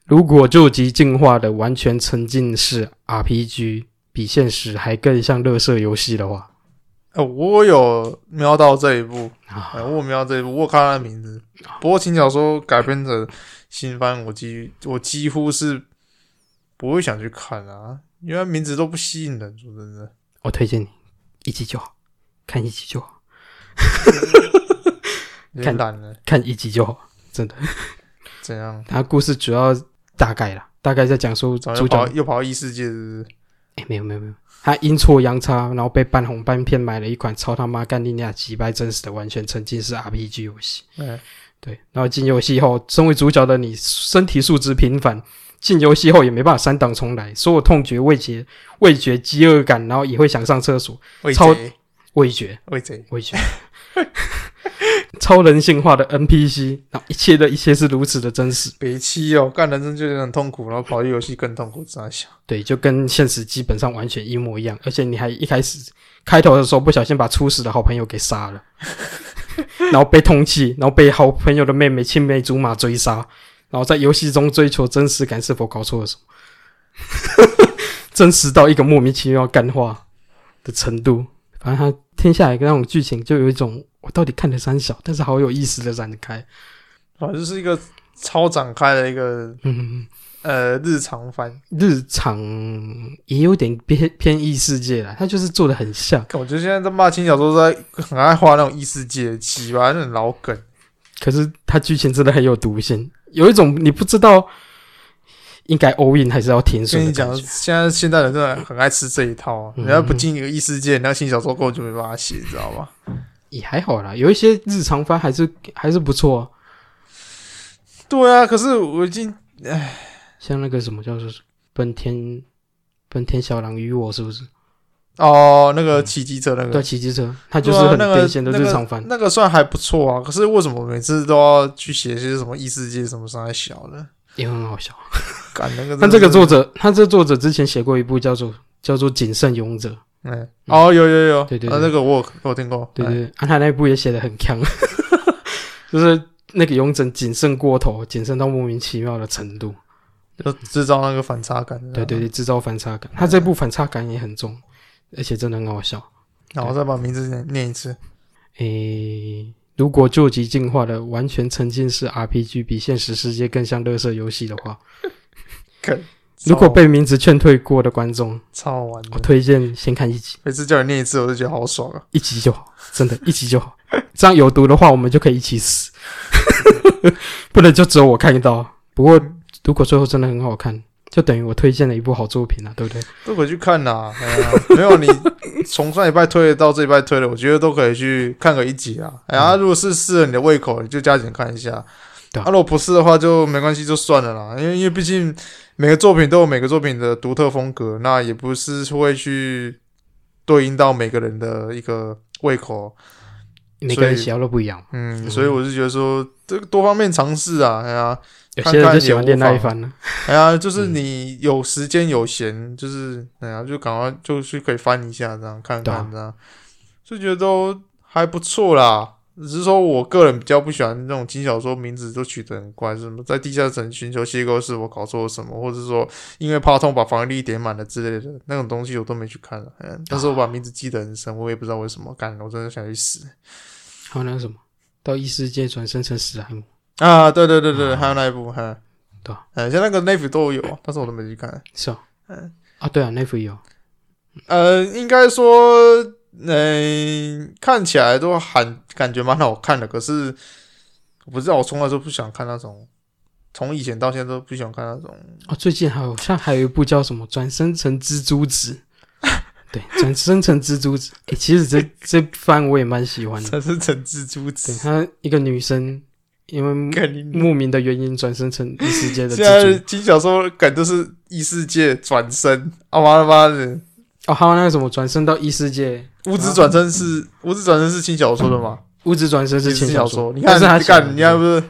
[SPEAKER 3] 如果就极进化的完全沉浸式 RPG 比现实还更像乐色游戏的话
[SPEAKER 2] 哎、我有瞄到这一部，
[SPEAKER 3] 啊，
[SPEAKER 2] 哎、我有瞄到这一部，我有看到它的名字。不过轻小说改编成新番，我几我几乎是不会想去看啊，因为它名字都不吸引人。说真的，
[SPEAKER 3] 我推荐你一集就好，看一集就好，
[SPEAKER 2] 有点
[SPEAKER 3] 看
[SPEAKER 2] 懒了。
[SPEAKER 3] 看一集就好，真的。
[SPEAKER 2] 怎样？
[SPEAKER 3] 他故事主要大概啦，大概在讲述
[SPEAKER 2] 怎么又
[SPEAKER 3] 主角
[SPEAKER 2] 跑又跑到异世界是不是？
[SPEAKER 3] 哎、没有没有没有，他阴错阳差，然后被半红半骗买了一款超他妈干你俩几百真实的完全沉浸式 RPG 游戏。
[SPEAKER 2] 嗯，
[SPEAKER 3] 对，然后进游戏后，身为主角的你身体素质平凡，进游戏后也没办法删档重来，所有痛觉、味觉、味觉、饥饿感，然后也会想上厕所，
[SPEAKER 2] 魏
[SPEAKER 3] 超
[SPEAKER 2] 贼，
[SPEAKER 3] 味觉、
[SPEAKER 2] 魏贼，
[SPEAKER 3] 味觉。超人性化的 NPC，然后一切的一切是如此的真实，
[SPEAKER 2] 北七哦，干人生就有点很痛苦，然后跑去游戏更痛苦，真的想。
[SPEAKER 3] 对，就跟现实基本上完全一模一样，而且你还一开始开头的时候不小心把初始的好朋友给杀了，然后被通缉，然后被好朋友的妹妹青梅竹马追杀，然后在游戏中追求真实感，是否搞错了什么？ 真实到一个莫名其妙干话的程度，反正他听下来那种剧情就有一种我到底看得三小，但是好有意思的展开，
[SPEAKER 2] 反正就是一个超展开的一个
[SPEAKER 3] 嗯。
[SPEAKER 2] 呃日常番，
[SPEAKER 3] 日常也有点偏偏异世界啦，他就是做的很像，
[SPEAKER 2] 看我觉得现在在骂轻小说都在很爱画那种异世界鸡吧，那种老梗。
[SPEAKER 3] 可是它剧情真的很有毒性，有一种你不知道应该 all in 还是要停损
[SPEAKER 2] 跟
[SPEAKER 3] 的
[SPEAKER 2] 你讲
[SPEAKER 3] 感，觉。
[SPEAKER 2] 现在现代人真的很爱吃这一套、啊，
[SPEAKER 3] 嗯
[SPEAKER 2] 人家不进一个异世界，那轻小说根本就没办法写，知道 吧？
[SPEAKER 3] 也还好啦，有一些日常番还是还是不错、啊，
[SPEAKER 2] 对啊，可是我已经
[SPEAKER 3] 像那个什么叫做《本田本田小狼与我》，是不是？
[SPEAKER 2] 哦，那
[SPEAKER 3] 嗯
[SPEAKER 2] 个骑机车那
[SPEAKER 3] 对，啊
[SPEAKER 2] 个，
[SPEAKER 3] 骑机车，它就是
[SPEAKER 2] 对啊
[SPEAKER 3] 很
[SPEAKER 2] 那个
[SPEAKER 3] 典型的
[SPEAKER 2] 那个
[SPEAKER 3] 日常番。
[SPEAKER 2] 那个算还不错啊。可是为什么每次都要去写一些什么异世界什么伤害小的？
[SPEAKER 3] 也很好笑。
[SPEAKER 2] 干那个，
[SPEAKER 3] 但这个作，者，他这作者之前写过一部叫做叫做《谨慎勇者》，
[SPEAKER 2] 嗯，哦，有有有，
[SPEAKER 3] 对对
[SPEAKER 2] 啊，
[SPEAKER 3] 对
[SPEAKER 2] 那个我有我有听过，
[SPEAKER 3] 对
[SPEAKER 2] 哎
[SPEAKER 3] 对，对，啊，他那一部也写的很强， 就是那个勇者谨慎过头，谨慎到莫名其妙的程度。
[SPEAKER 2] 就制造那个反差感，
[SPEAKER 3] 对对，对，制造反差感。他这部反差感也很重，而且真的很好笑。
[SPEAKER 2] 然后再把名字念念一次，
[SPEAKER 3] 诶，如果救急进化的完全沉浸式 RPG 比现实世界更像乐色游戏的
[SPEAKER 2] 哦
[SPEAKER 3] 话，如果被名字劝退过的观众，
[SPEAKER 2] 超好玩的
[SPEAKER 3] 我，推荐先看一集，
[SPEAKER 2] 每次叫你念一次，我就觉得好爽啊！
[SPEAKER 3] 一集就好，真的，一集就好。 这样有毒的话，我们就可以一起死， 不能就只有我看到。不过，如果最后真的很好看，就等于我推荐了一部好作品了、啊，对不对？
[SPEAKER 2] 都可以去看呐、哎呀没有你从上礼拜推的到这礼拜推的，我觉得都可以去看个一集啊。哎呀，如果是适合你的胃口，你就加紧看一下。
[SPEAKER 3] 嗯对啊
[SPEAKER 2] 如果不是的话，就没关系，就算了啦。因为因为毕竟每个作品都有每个作品的独特风格，那也不是会去对应到每个人的一个胃口。
[SPEAKER 3] 每个人
[SPEAKER 2] 所以
[SPEAKER 3] 喜好都不一样，
[SPEAKER 2] 嗯，
[SPEAKER 3] 嗯
[SPEAKER 2] 所以我是觉得说，这个多方面尝试啊。哎呀，
[SPEAKER 3] 有
[SPEAKER 2] 看
[SPEAKER 3] 些人
[SPEAKER 2] 看
[SPEAKER 3] 就
[SPEAKER 2] 也
[SPEAKER 3] 喜欢
[SPEAKER 2] 无
[SPEAKER 3] 恋爱
[SPEAKER 2] 妨
[SPEAKER 3] 番啊呢、
[SPEAKER 2] 哎呀，就是你有时间有闲，就是哎呀，就赶快就去可以翻一下，这样看
[SPEAKER 3] 对啊
[SPEAKER 2] 看这样，就觉得都还不错啦。只是说我个人比较不喜欢那种轻小说名字都取得很怪，什么在地下城寻求邂逅是我搞错了什么，或者说因为怕痛把防御力点满了之类的那种东西我都没去看了。嗯，但是我把名字记得很深，我也不知道为什么，干，我真的想去死
[SPEAKER 3] 还有哦那个什么，到异世界转生成史莱姆，
[SPEAKER 2] 啊！对对对对，
[SPEAKER 3] 啊
[SPEAKER 2] 还有那一部，哈，
[SPEAKER 3] 对啊
[SPEAKER 2] 哎，像那个 n a v 都有，但是我都没去看。
[SPEAKER 3] 是哦，
[SPEAKER 2] 嗯
[SPEAKER 3] 啊，对啊，那副有，
[SPEAKER 2] 呃，应该说，嗯、看起来都很感觉蛮好看的，可是我不知道，我从来都不想看那种，从以前到现在都不想看那种。
[SPEAKER 3] 哦，最近好像还有一部叫什么《转生成蜘蛛子》， 对，《转生成蜘蛛子》诶其实这这番我也蛮喜欢 的，
[SPEAKER 2] 这是成蜘蛛子
[SPEAKER 3] 对，，她一个女生因为
[SPEAKER 2] 看你
[SPEAKER 3] 莫名的原因转生成异世界的
[SPEAKER 2] 现在
[SPEAKER 3] 蜘
[SPEAKER 2] 的
[SPEAKER 3] 蛛，
[SPEAKER 2] 金小说感就是异世界转身，啊妈的妈的，
[SPEAKER 3] 哦，还有那个什么转生到异世界，
[SPEAKER 2] 五指转身是五指转身是轻小说的吗？
[SPEAKER 3] 物质转生是
[SPEAKER 2] 也是
[SPEAKER 3] 轻
[SPEAKER 2] 轻小
[SPEAKER 3] 说，
[SPEAKER 2] 你看
[SPEAKER 3] 但是她
[SPEAKER 2] 你
[SPEAKER 3] 写得
[SPEAKER 2] 看，
[SPEAKER 3] 很
[SPEAKER 2] 你看
[SPEAKER 3] 嗯不
[SPEAKER 2] 不
[SPEAKER 3] 错，
[SPEAKER 2] 是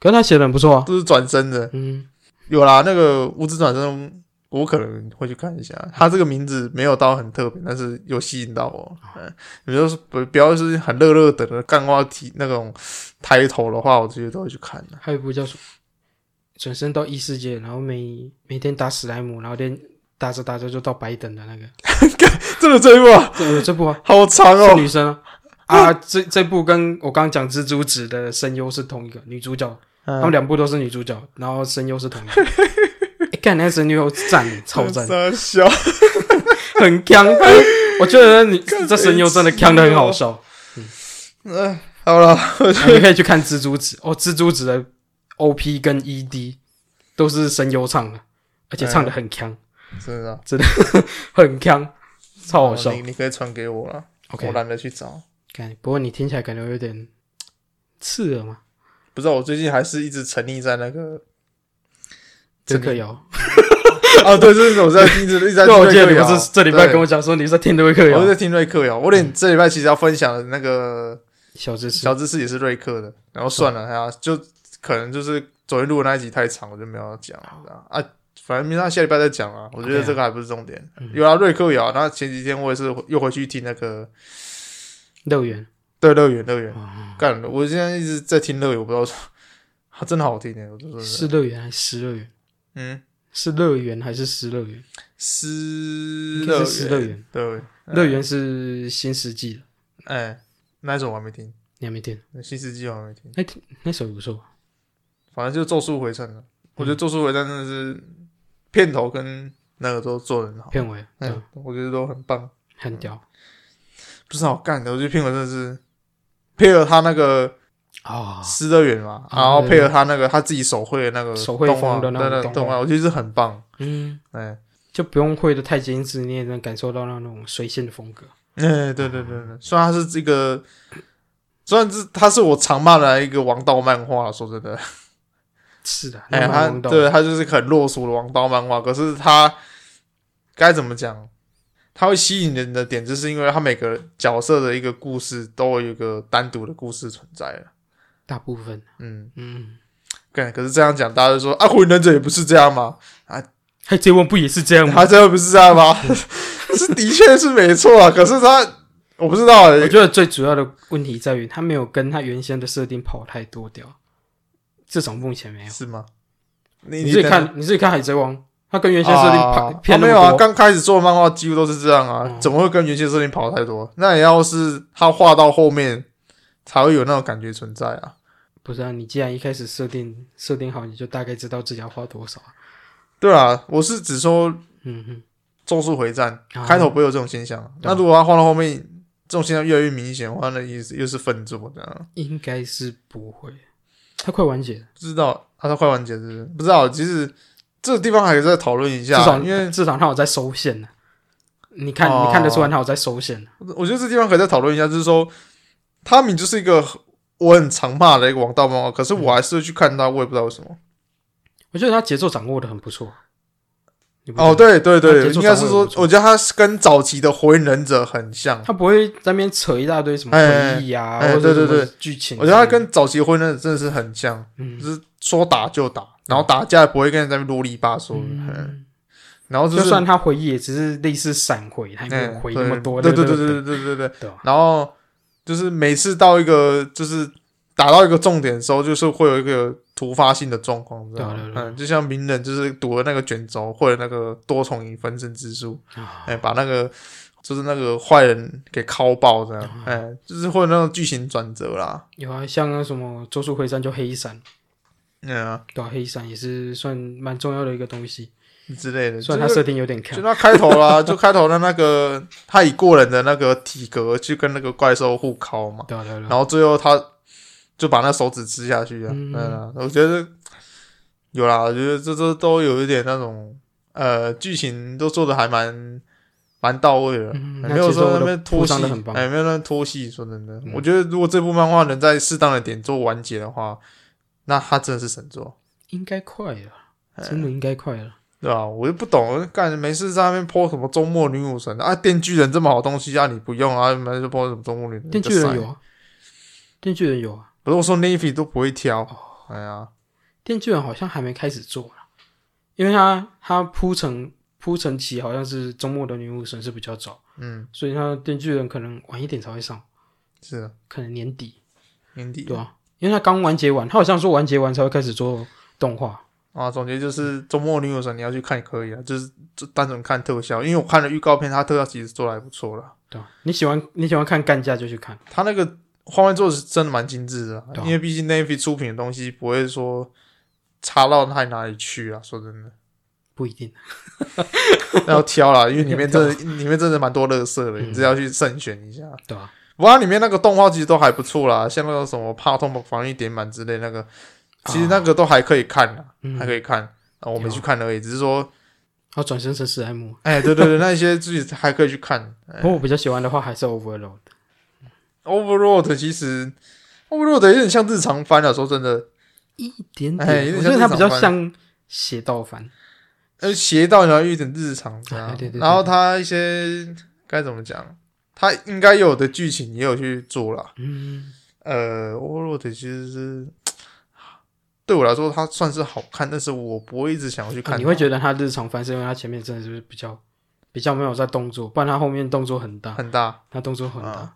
[SPEAKER 3] 可是她写的很不错啊，
[SPEAKER 2] 都是转身的，
[SPEAKER 3] 嗯，
[SPEAKER 2] 有啦，那个五指转身，我可能会去看一下。
[SPEAKER 3] 嗯
[SPEAKER 2] 他这个名字没有到很特别，但是有吸引到
[SPEAKER 3] 哦
[SPEAKER 2] 我。嗯，你就是不不要是很热热的干话题那种抬头的话，我直接都会去看啊 的。
[SPEAKER 3] 还有一部叫什么《转生到异世界》，然后每每天打史莱姆，然后练打着打着就到白等的那个，
[SPEAKER 2] 真的这一部啊
[SPEAKER 3] 这有这部啊
[SPEAKER 2] 好长
[SPEAKER 3] 是
[SPEAKER 2] 哦，
[SPEAKER 3] 女生啊。啊，这这部跟我刚刚讲蜘蛛子的声优是同一个女主角，他
[SPEAKER 2] 嗯，
[SPEAKER 3] 们两部都是女主角，然后声优是同一个。哎，看那个声优赞，超赞，
[SPEAKER 2] 傻笑，
[SPEAKER 3] 很强。我觉得你这声优真的强的很好笑。
[SPEAKER 2] 嗯，好了，我
[SPEAKER 3] 啊你可以去看蜘蛛子哦，蜘蛛子的 OP 跟 ED 都是声优唱的，而且唱
[SPEAKER 2] 哎
[SPEAKER 3] 的很强，
[SPEAKER 2] 真的啊
[SPEAKER 3] 很强，超好笑。
[SPEAKER 2] 你你可以传给我了，
[SPEAKER 3] OK，
[SPEAKER 2] 我懒得去找。
[SPEAKER 3] 看，不过你听起来感觉有点刺耳嘛？
[SPEAKER 2] 不知道我最近还是一直沉溺在那个
[SPEAKER 3] 这
[SPEAKER 2] 这
[SPEAKER 3] 个
[SPEAKER 2] 个
[SPEAKER 3] 有，
[SPEAKER 2] 哦，对，这是我在一直一直在
[SPEAKER 3] 对，
[SPEAKER 2] 听
[SPEAKER 3] 我记得
[SPEAKER 2] 瑞
[SPEAKER 3] 你
[SPEAKER 2] 克
[SPEAKER 3] 不
[SPEAKER 2] 摇
[SPEAKER 3] 是这礼拜
[SPEAKER 2] 对
[SPEAKER 3] 跟我讲说你在听的克
[SPEAKER 2] 我是
[SPEAKER 3] 有
[SPEAKER 2] 在听瑞克摇，我连这礼拜其实要分享的那个
[SPEAKER 3] 小知识
[SPEAKER 2] 小知识也是瑞克的，然后算了，哎呀，就可能就是昨天录的那一集太长，我就没有讲了啊。反正他下礼拜再讲啊，我觉
[SPEAKER 3] OK
[SPEAKER 2] 得
[SPEAKER 3] 啊
[SPEAKER 2] 这个还不是重点
[SPEAKER 3] 嗯。
[SPEAKER 2] 有啊，瑞克摇，然后前几天我也是又回去听那个
[SPEAKER 3] 乐园
[SPEAKER 2] 对乐园乐园
[SPEAKER 3] 哦
[SPEAKER 2] 干，我现在一直在听乐园，我不知道说，啊，真的好听诶，我就说
[SPEAKER 3] 是乐园还是失乐园？
[SPEAKER 2] 嗯，
[SPEAKER 3] 是乐园还是失乐园？
[SPEAKER 2] 失
[SPEAKER 3] 应
[SPEAKER 2] 乐
[SPEAKER 3] 该
[SPEAKER 2] 园
[SPEAKER 3] 是失乐园，
[SPEAKER 2] 对
[SPEAKER 3] 乐园是新世纪的，
[SPEAKER 2] 哎，那一首我还没听，
[SPEAKER 3] 你还没听？
[SPEAKER 2] 新世纪我还没听，
[SPEAKER 3] 那首也不错，
[SPEAKER 2] 反正就是《咒术回
[SPEAKER 3] 嗯
[SPEAKER 2] 战》了。我觉得《咒术回战》真的是片头跟那个都做的很好，
[SPEAKER 3] 片尾对
[SPEAKER 2] 嗯，我觉得都很棒。
[SPEAKER 3] 很屌
[SPEAKER 2] 不是好干的，我觉得片尾真的是配合他那个
[SPEAKER 3] 啊！
[SPEAKER 2] 失乐园嘛，
[SPEAKER 3] 啊
[SPEAKER 2] 然后
[SPEAKER 3] 对
[SPEAKER 2] 配合他那个他自己手绘的那个
[SPEAKER 3] 手绘
[SPEAKER 2] 动画
[SPEAKER 3] 风的那种
[SPEAKER 2] 对
[SPEAKER 3] 动画
[SPEAKER 2] 动画，我觉得是很棒。
[SPEAKER 3] 嗯，
[SPEAKER 2] 哎
[SPEAKER 3] 就不用会的太精致，你也能感受到那种随性的风格。
[SPEAKER 2] 哎，对对对
[SPEAKER 3] 嗯
[SPEAKER 2] 对，虽然他是这个，虽然是他是我常骂的一个王道漫画，说真的，
[SPEAKER 3] 是的，
[SPEAKER 2] 哎、
[SPEAKER 3] 那蛮
[SPEAKER 2] 他
[SPEAKER 3] 王道的
[SPEAKER 2] 对他就是很落俗的王道漫画，可是他该怎么讲？他会吸引人的点，就是因为他每个角色的一个故事都有一个单独的故事存在了。
[SPEAKER 3] 大部分，
[SPEAKER 2] 嗯，
[SPEAKER 3] 嗯，
[SPEAKER 2] 对。可是这样讲，大家就说啊，火影忍者也不是这样嘛，
[SPEAKER 3] 海贼王不也是这样 吗？
[SPEAKER 2] 他真的不是这样吗？ 是的确是没错啊。可是他，我不知道、
[SPEAKER 3] 我
[SPEAKER 2] 欸，
[SPEAKER 3] 觉得最主要的问题在于，他没有跟他原先的设定跑太多掉，至少目前没有。
[SPEAKER 2] 是吗？你
[SPEAKER 3] 你自己
[SPEAKER 2] 等
[SPEAKER 3] 看，你自己看《海贼王》，他跟原先设定跑
[SPEAKER 2] 啊
[SPEAKER 3] 偏
[SPEAKER 2] 啊
[SPEAKER 3] 那
[SPEAKER 2] 没有啊
[SPEAKER 3] 么，多，
[SPEAKER 2] 刚开始做漫画几乎都是这样啊，
[SPEAKER 3] 嗯
[SPEAKER 2] 怎么会跟原先设定跑太多？那也要是他画到后面才会有那种感觉存在啊。
[SPEAKER 3] 不是啊？你既然一开始设定设定好，你就大概知道自己要花多少啊。
[SPEAKER 2] 对啊，我是只说《
[SPEAKER 3] 嗯哼，
[SPEAKER 2] 咒术回战》
[SPEAKER 3] 啊
[SPEAKER 2] 开头不会有这种现象，
[SPEAKER 3] 对啊
[SPEAKER 2] 那如果他画到后面这种现象越来越明显的话，那意思又是分作这样。
[SPEAKER 3] 应该是不会，他快完结了，
[SPEAKER 2] 不知道他说快完结是不是？不知道，其实这个地方还可以再讨论一
[SPEAKER 3] 至
[SPEAKER 2] 下，
[SPEAKER 3] 少
[SPEAKER 2] 啊因为
[SPEAKER 3] 至少他有在收线呢。你看，
[SPEAKER 2] 哦
[SPEAKER 3] 你看得出来他有在收线呢。
[SPEAKER 2] 我觉得这地方可以再讨论一下，就是说，他们就是一个我很常骂的一个王道漫画，可是我还是会去看他，我也不知道为什么。
[SPEAKER 3] 我觉得他节奏掌握的很不错。你不觉得
[SPEAKER 2] 哦，对对
[SPEAKER 3] 那
[SPEAKER 2] 对，
[SPEAKER 3] 节奏
[SPEAKER 2] 应
[SPEAKER 3] 掌握
[SPEAKER 2] 该
[SPEAKER 3] 得
[SPEAKER 2] 是说
[SPEAKER 3] 不，错
[SPEAKER 2] 我觉得它是跟早期的《火影忍者》很像。
[SPEAKER 3] 他不会在那边扯一大堆什么
[SPEAKER 2] 哎
[SPEAKER 3] 回忆啊，
[SPEAKER 2] 哎
[SPEAKER 3] 或者
[SPEAKER 2] 对
[SPEAKER 3] 什
[SPEAKER 2] 对
[SPEAKER 3] 么剧情之
[SPEAKER 2] 我
[SPEAKER 3] 类
[SPEAKER 2] 觉
[SPEAKER 3] 的。
[SPEAKER 2] 得它跟早期《火影忍者》真的是很像，
[SPEAKER 3] 嗯
[SPEAKER 2] 就是说打就打，然后打架也不会跟人在那边啰里吧嗦。嗯，
[SPEAKER 3] 嗯，
[SPEAKER 2] 然后
[SPEAKER 3] 就是算他回忆也只是类似闪回，他也没有
[SPEAKER 2] 嗯，
[SPEAKER 3] 回
[SPEAKER 2] 对
[SPEAKER 3] 那么多。
[SPEAKER 2] 对
[SPEAKER 3] 对
[SPEAKER 2] 对对对
[SPEAKER 3] 对
[SPEAKER 2] 对对对。
[SPEAKER 3] 对吧，
[SPEAKER 2] 然后就是每次到一个就是打到一个重点的时候，就是会有一个突发性的状况，知道
[SPEAKER 3] 对对
[SPEAKER 2] 吗？
[SPEAKER 3] 对
[SPEAKER 2] 嗯，就像鸣人就是读了那个卷轴或者那个多重影分身之术，
[SPEAKER 3] 啊
[SPEAKER 2] 哎、把那个就是那个坏人给敲爆这
[SPEAKER 3] 哦
[SPEAKER 2] 样，哎、就是会有那种剧情转折啦。
[SPEAKER 3] 有啊，像那什么《咒术回战》就黑闪，
[SPEAKER 2] 嗯、啊，
[SPEAKER 3] 对吧？黑闪也是算蛮重要的一个东西，
[SPEAKER 2] 之类的，
[SPEAKER 3] 虽
[SPEAKER 2] 就
[SPEAKER 3] 然它
[SPEAKER 2] 是
[SPEAKER 3] 设定有点
[SPEAKER 2] 就
[SPEAKER 3] 坑。
[SPEAKER 2] 那开头啦，就开头的那个他以过人的那个体格去跟那个怪兽互敲嘛，
[SPEAKER 3] 对啊对啊对啊，
[SPEAKER 2] 然后最后他就把那手指吃下去啊。
[SPEAKER 3] 嗯
[SPEAKER 2] 嗯啊，我觉得有啦，我觉得这这都有一点那种呃剧情都做的还蛮蛮到位的，
[SPEAKER 3] 嗯
[SPEAKER 2] 哎
[SPEAKER 3] 那
[SPEAKER 2] 没有
[SPEAKER 3] 节奏
[SPEAKER 2] 说
[SPEAKER 3] 的
[SPEAKER 2] 那边
[SPEAKER 3] 铺
[SPEAKER 2] 拖戏
[SPEAKER 3] 张的很棒，
[SPEAKER 2] 哎，没有那边拖戏。说真的
[SPEAKER 3] 嗯，
[SPEAKER 2] 我觉得如果这部漫画能在适当的点做完结的话，那它真的是神作。哎
[SPEAKER 3] 应该快了，真的应该快了。
[SPEAKER 2] 对吧、我就不懂，我就干没事在那边泼什么周末女武神啊，电锯人这么好东西啊，你不用啊，没事就泼什么周末女武神。
[SPEAKER 3] 电锯人
[SPEAKER 2] 就
[SPEAKER 3] 有
[SPEAKER 2] 塞，
[SPEAKER 3] 啊，电锯人有啊，
[SPEAKER 2] 不是我说 Navy 都不会挑，
[SPEAKER 3] 哦
[SPEAKER 2] 哎呀，
[SPEAKER 3] 电锯人好像还没开始做啊因为他他铺陈铺陈期好像是周末的女武神是比较早，
[SPEAKER 2] 嗯，
[SPEAKER 3] 所以他电锯人可能晚一点才会上，
[SPEAKER 2] 是的，
[SPEAKER 3] 可能年底，
[SPEAKER 2] 年底
[SPEAKER 3] 对啊，因为他刚完结完，他好像说完结完才会开始做动画，
[SPEAKER 2] 啊，总结就是周末女友神你要去看也可以啊，就是就单纯看特效，因为我看了预告片，它特效其实做的还不错了，
[SPEAKER 3] 对吧？你喜欢你喜欢看干架就去看，
[SPEAKER 2] 它那个画面做的是真的蛮精致的啊、
[SPEAKER 3] 对啊
[SPEAKER 2] 因为毕竟 Navy 出品的东西不会说差到太哪里去啊， 说 真的，
[SPEAKER 3] 不一定。啊
[SPEAKER 2] 那要挑啦，因为里面真的里面真的蛮多乐色
[SPEAKER 3] 嗯
[SPEAKER 2] 的，你只要去慎选一下。
[SPEAKER 3] 对吧？
[SPEAKER 2] 不过它里面那个动画其实都还不错啦，像那个什么怕痛防疫点满之类那个，其实那个都还可以看啦，
[SPEAKER 3] 啊嗯
[SPEAKER 2] 还可以看。啊，我没
[SPEAKER 3] 有
[SPEAKER 2] 去看而已，只是说，
[SPEAKER 3] 好，转身成史莱姆。
[SPEAKER 2] 哎，对对对，那一些自己还可以去看。
[SPEAKER 3] 不过我比较喜欢的话还是 Overload。
[SPEAKER 2] Overload 其实 Overload 有点像日常番啊，说真的，
[SPEAKER 3] 一点
[SPEAKER 2] 哎有点
[SPEAKER 3] 点，我觉得
[SPEAKER 2] 像
[SPEAKER 3] 它
[SPEAKER 2] 日
[SPEAKER 3] 比较
[SPEAKER 2] 常
[SPEAKER 3] 像邪道番，
[SPEAKER 2] 呃，邪道然后有一点日常这样，
[SPEAKER 3] 哎对对对
[SPEAKER 2] 然后它一些该怎么讲，它应该有的剧情也有去做啦。
[SPEAKER 3] 嗯，
[SPEAKER 2] 呃，Overload 其实是对我来说，它算是好看，但是我不会一直想要去看
[SPEAKER 3] 啊
[SPEAKER 2] 它、
[SPEAKER 3] 你会觉得它日常番是因为它前面真的是比较比较没有在动作，不然它后面动作很大，
[SPEAKER 2] 很大，嗯
[SPEAKER 3] 它动作很大，嗯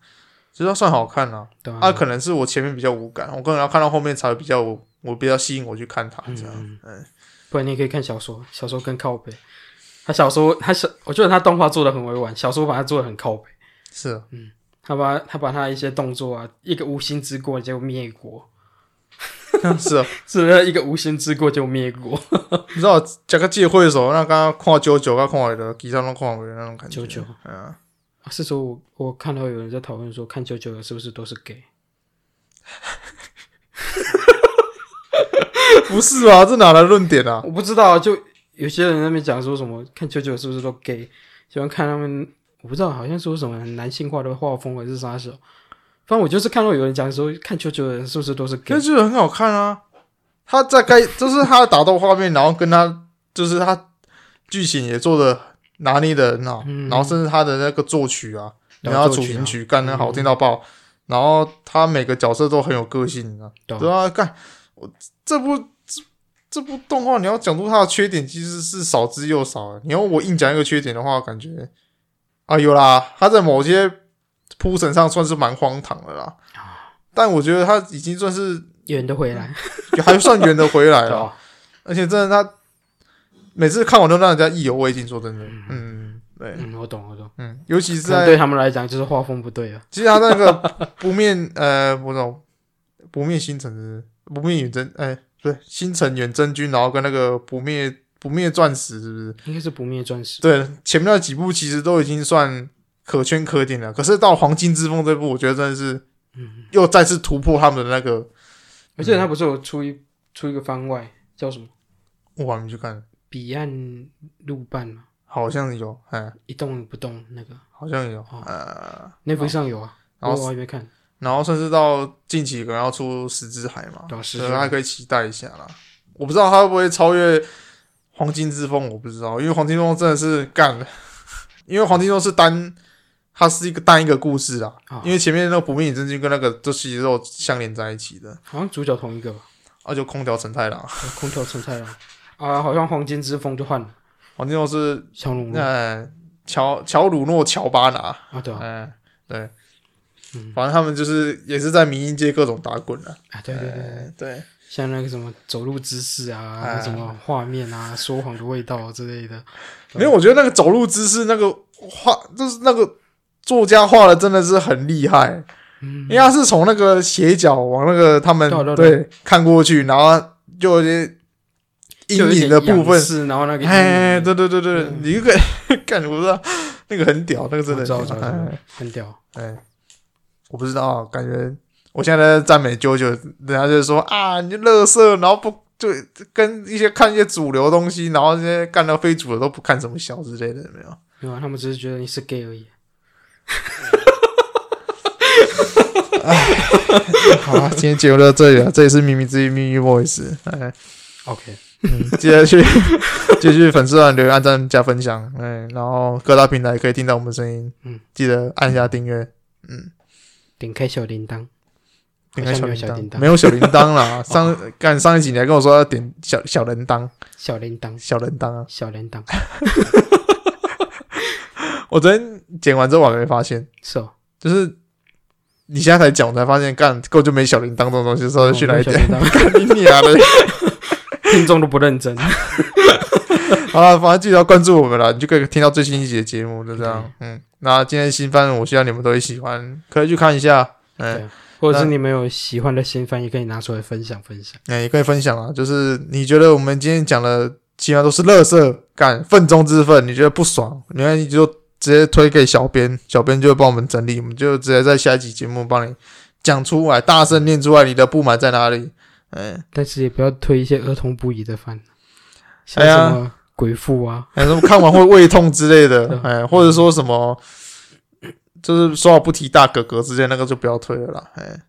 [SPEAKER 2] 其实它算好看啦、
[SPEAKER 3] 对吧？
[SPEAKER 2] 啊，可能是我前面比较无感，我可能要看到后面才会比较我我比较吸引我去看它这样。
[SPEAKER 3] 嗯
[SPEAKER 2] 嗯，
[SPEAKER 3] 不然你也可以看小说，小说更靠北。他小说，他小，我觉得他动画做的很委婉，小说把它做的很靠北。
[SPEAKER 2] 是啊
[SPEAKER 3] 他把他把他一些动作啊，一个无心之过就灭国，
[SPEAKER 2] 是啊，
[SPEAKER 3] 是不是一个无心之过就灭国？
[SPEAKER 2] 你知道加个机会的时候，那刚刚看九九，刚看我的，其他都看我的那种感觉。
[SPEAKER 3] 九九，
[SPEAKER 2] 嗯，
[SPEAKER 3] 啊是说我我看到有人在讨论说，看九九的是不是都是 gay？
[SPEAKER 2] 不是啊，这哪来的论点啊？
[SPEAKER 3] 我不知道啊，就有些人在那边讲说什么看九九是不是都 gay，喜欢看他们，我不知道，好像说什么男性化的画风还是啥时候。反正我就是看到有人讲说，看九九的人是不是都是 gay？
[SPEAKER 2] 但是很好看啊。他在该就是他的打斗画面，然后跟他就是他剧情也做的拿捏的很好，
[SPEAKER 3] 嗯
[SPEAKER 2] 然后甚至他的那个作曲啊，
[SPEAKER 3] 然
[SPEAKER 2] 然
[SPEAKER 3] 后
[SPEAKER 2] 后
[SPEAKER 3] 作
[SPEAKER 2] 主
[SPEAKER 3] 曲啊
[SPEAKER 2] 题曲干的好听到爆，然后他每个角色都很有个性，你知道
[SPEAKER 3] 对啊
[SPEAKER 2] 对啊，干我这部这这部动画你要讲出它的缺点，其实是少之又少啊的。你要我硬讲一个缺点的话，感觉啊有啦，他在某些铺陈上算是蛮荒唐的啦，
[SPEAKER 3] 啊
[SPEAKER 2] 但我觉得他已经算是
[SPEAKER 3] 有人都回来，
[SPEAKER 2] 还算圆的回来
[SPEAKER 3] 对啊
[SPEAKER 2] 了，
[SPEAKER 3] 吧？
[SPEAKER 2] 而且真的他每次看完都让人家意犹未尽。说真的，嗯，对，
[SPEAKER 3] 嗯，我懂，我懂。
[SPEAKER 2] 嗯，尤其是
[SPEAKER 3] 可能对
[SPEAKER 2] 在
[SPEAKER 3] 他们来讲就是画风不对啊。
[SPEAKER 2] 其实他那个 不灭呃，不懂不灭星辰是不是不灭远征，哎、不对，星辰远征军，然后跟那个不灭不灭钻石是不是？
[SPEAKER 3] 应该是不灭钻石。
[SPEAKER 2] 对，前面那几部其实都已经算可圈可点了，可是到黄金之风这部，我觉得真的是
[SPEAKER 3] 嗯，
[SPEAKER 2] 又再次突破他们的那个，
[SPEAKER 3] 而且他不是有出一出一个番外叫什么《
[SPEAKER 2] 我还没去看，
[SPEAKER 3] 彼岸路伴》吗？
[SPEAKER 2] 好像有，哎，
[SPEAKER 3] 一动不动那个
[SPEAKER 2] 好像有，
[SPEAKER 3] 哦
[SPEAKER 2] 呃。
[SPEAKER 3] 那部上有啊，
[SPEAKER 2] 然
[SPEAKER 3] 我
[SPEAKER 2] 后
[SPEAKER 3] 我还没看。
[SPEAKER 2] 然后甚至到近期可能要出《十之海》嘛，
[SPEAKER 3] 对啊十之
[SPEAKER 2] 所以
[SPEAKER 3] 海
[SPEAKER 2] 还可以期待一下啦。我不知道他会不会超越《黄金之风》，我不知道，因为《黄金之风》真的是干 的，因为《黄金之风》是单，它是一个单一个故事啦。
[SPEAKER 3] 啊
[SPEAKER 2] 因为前面那个不灭与真君跟那个都其实都有相连在一起的，
[SPEAKER 3] 好像主角同一 个吧，
[SPEAKER 2] 啊，就空调成太郎，《
[SPEAKER 3] 空调成太郎啊，好像黄金之风就换了
[SPEAKER 2] 黄金之风》是
[SPEAKER 3] 小鲁诺
[SPEAKER 2] 呃乔乔鲁诺乔巴拿，
[SPEAKER 3] 啊，嗯对啊，
[SPEAKER 2] 嗯，对
[SPEAKER 3] 嗯，
[SPEAKER 2] 反正他们就是也是在民音界各种打滚了，
[SPEAKER 3] 啊，对对对对，
[SPEAKER 2] 哎，对。
[SPEAKER 3] 像那个什么走路姿势啊，
[SPEAKER 2] 哎
[SPEAKER 3] 什么画面啊，说谎的味道之类的，
[SPEAKER 2] 没有，我觉得那个走路姿势，那个画，就是那个作家画的真的是很厉害，
[SPEAKER 3] 嗯
[SPEAKER 2] 因为他是从那个斜角往那个他们
[SPEAKER 3] 对对对啊
[SPEAKER 2] 对看过去，然后就有些
[SPEAKER 3] 就有
[SPEAKER 2] 阴
[SPEAKER 3] 一
[SPEAKER 2] 影
[SPEAKER 3] 点
[SPEAKER 2] 的部
[SPEAKER 3] 仰
[SPEAKER 2] 分，
[SPEAKER 3] 视然后那个阴影
[SPEAKER 2] 哎，对对对对，
[SPEAKER 3] 嗯
[SPEAKER 2] 你一个 感觉不知道，那个很屌，那个真
[SPEAKER 3] 我
[SPEAKER 2] 的
[SPEAKER 3] 知道
[SPEAKER 2] 很
[SPEAKER 3] 我知
[SPEAKER 2] 屌
[SPEAKER 3] 道，我知道
[SPEAKER 2] 哎，
[SPEAKER 3] 很屌，
[SPEAKER 2] 哎，我不知道，啊感觉我现在在赞美啾啾，人家就说啊，你乐色，然后不。就跟一些看一些主流东西，然后这些干到非主流都不看什么小之类的，有没有？
[SPEAKER 3] 没有啊，他们只是觉得你是 gay 而已。
[SPEAKER 2] 好啊，今天节目就到这里了，这里是秘密之音秘密 voice，哎，
[SPEAKER 3] OK，
[SPEAKER 2] 记得 去继续粉丝团留言、按赞、加分享，哎，然后各大平台可以听到我们的声音，
[SPEAKER 3] 嗯，
[SPEAKER 2] 记得按下订阅，嗯，
[SPEAKER 3] 点开小铃铛，
[SPEAKER 2] 点
[SPEAKER 3] 好
[SPEAKER 2] 开
[SPEAKER 3] 像
[SPEAKER 2] 小
[SPEAKER 3] 没
[SPEAKER 2] 铃
[SPEAKER 3] 有小铃铛
[SPEAKER 2] 铛，没有小铃铛 啦，上干上一集你还跟我说要点小小铃铛，
[SPEAKER 3] 小铃铛，
[SPEAKER 2] 小铃铛啊，
[SPEAKER 3] 小铃铛，
[SPEAKER 2] 我昨天剪完之后我还没发现，
[SPEAKER 3] 是哦，
[SPEAKER 2] 就是你现在才哦 讲，我才发现干根本就没小铃铛这种东西，所以去哪
[SPEAKER 3] 来
[SPEAKER 2] 里
[SPEAKER 3] 小
[SPEAKER 2] 点？
[SPEAKER 3] 铃铛，
[SPEAKER 2] 干你娘的！
[SPEAKER 3] 听众都不 认真。
[SPEAKER 2] 好了，反正记得要关注我们啦，你就可以听到最新一集的节目，就这样。嗯，那今天的新番，我希望你们都会喜欢，可以去看一下。嗯，
[SPEAKER 3] 对或者是你们有喜欢的新番，也可以拿出来分享分享。
[SPEAKER 2] 那、也可以分享啊，就是你觉得我们今天讲的基本上都是垃圾，干粪中之粪，你觉得不爽，你看你就直接推给小编，小编就会帮我们整理，我们就直接在下一集节目帮你讲出来，大声念出来你的不满在哪里。嗯，
[SPEAKER 3] 但是也不要推一些儿童不宜的番，像
[SPEAKER 2] 哎呀
[SPEAKER 3] 什么鬼父啊，
[SPEAKER 2] 还有什么看完会胃痛之类
[SPEAKER 3] 对
[SPEAKER 2] 的，哎，或者说什么，就是说好不提大哥哥之类的那个就不要推了啦，哎。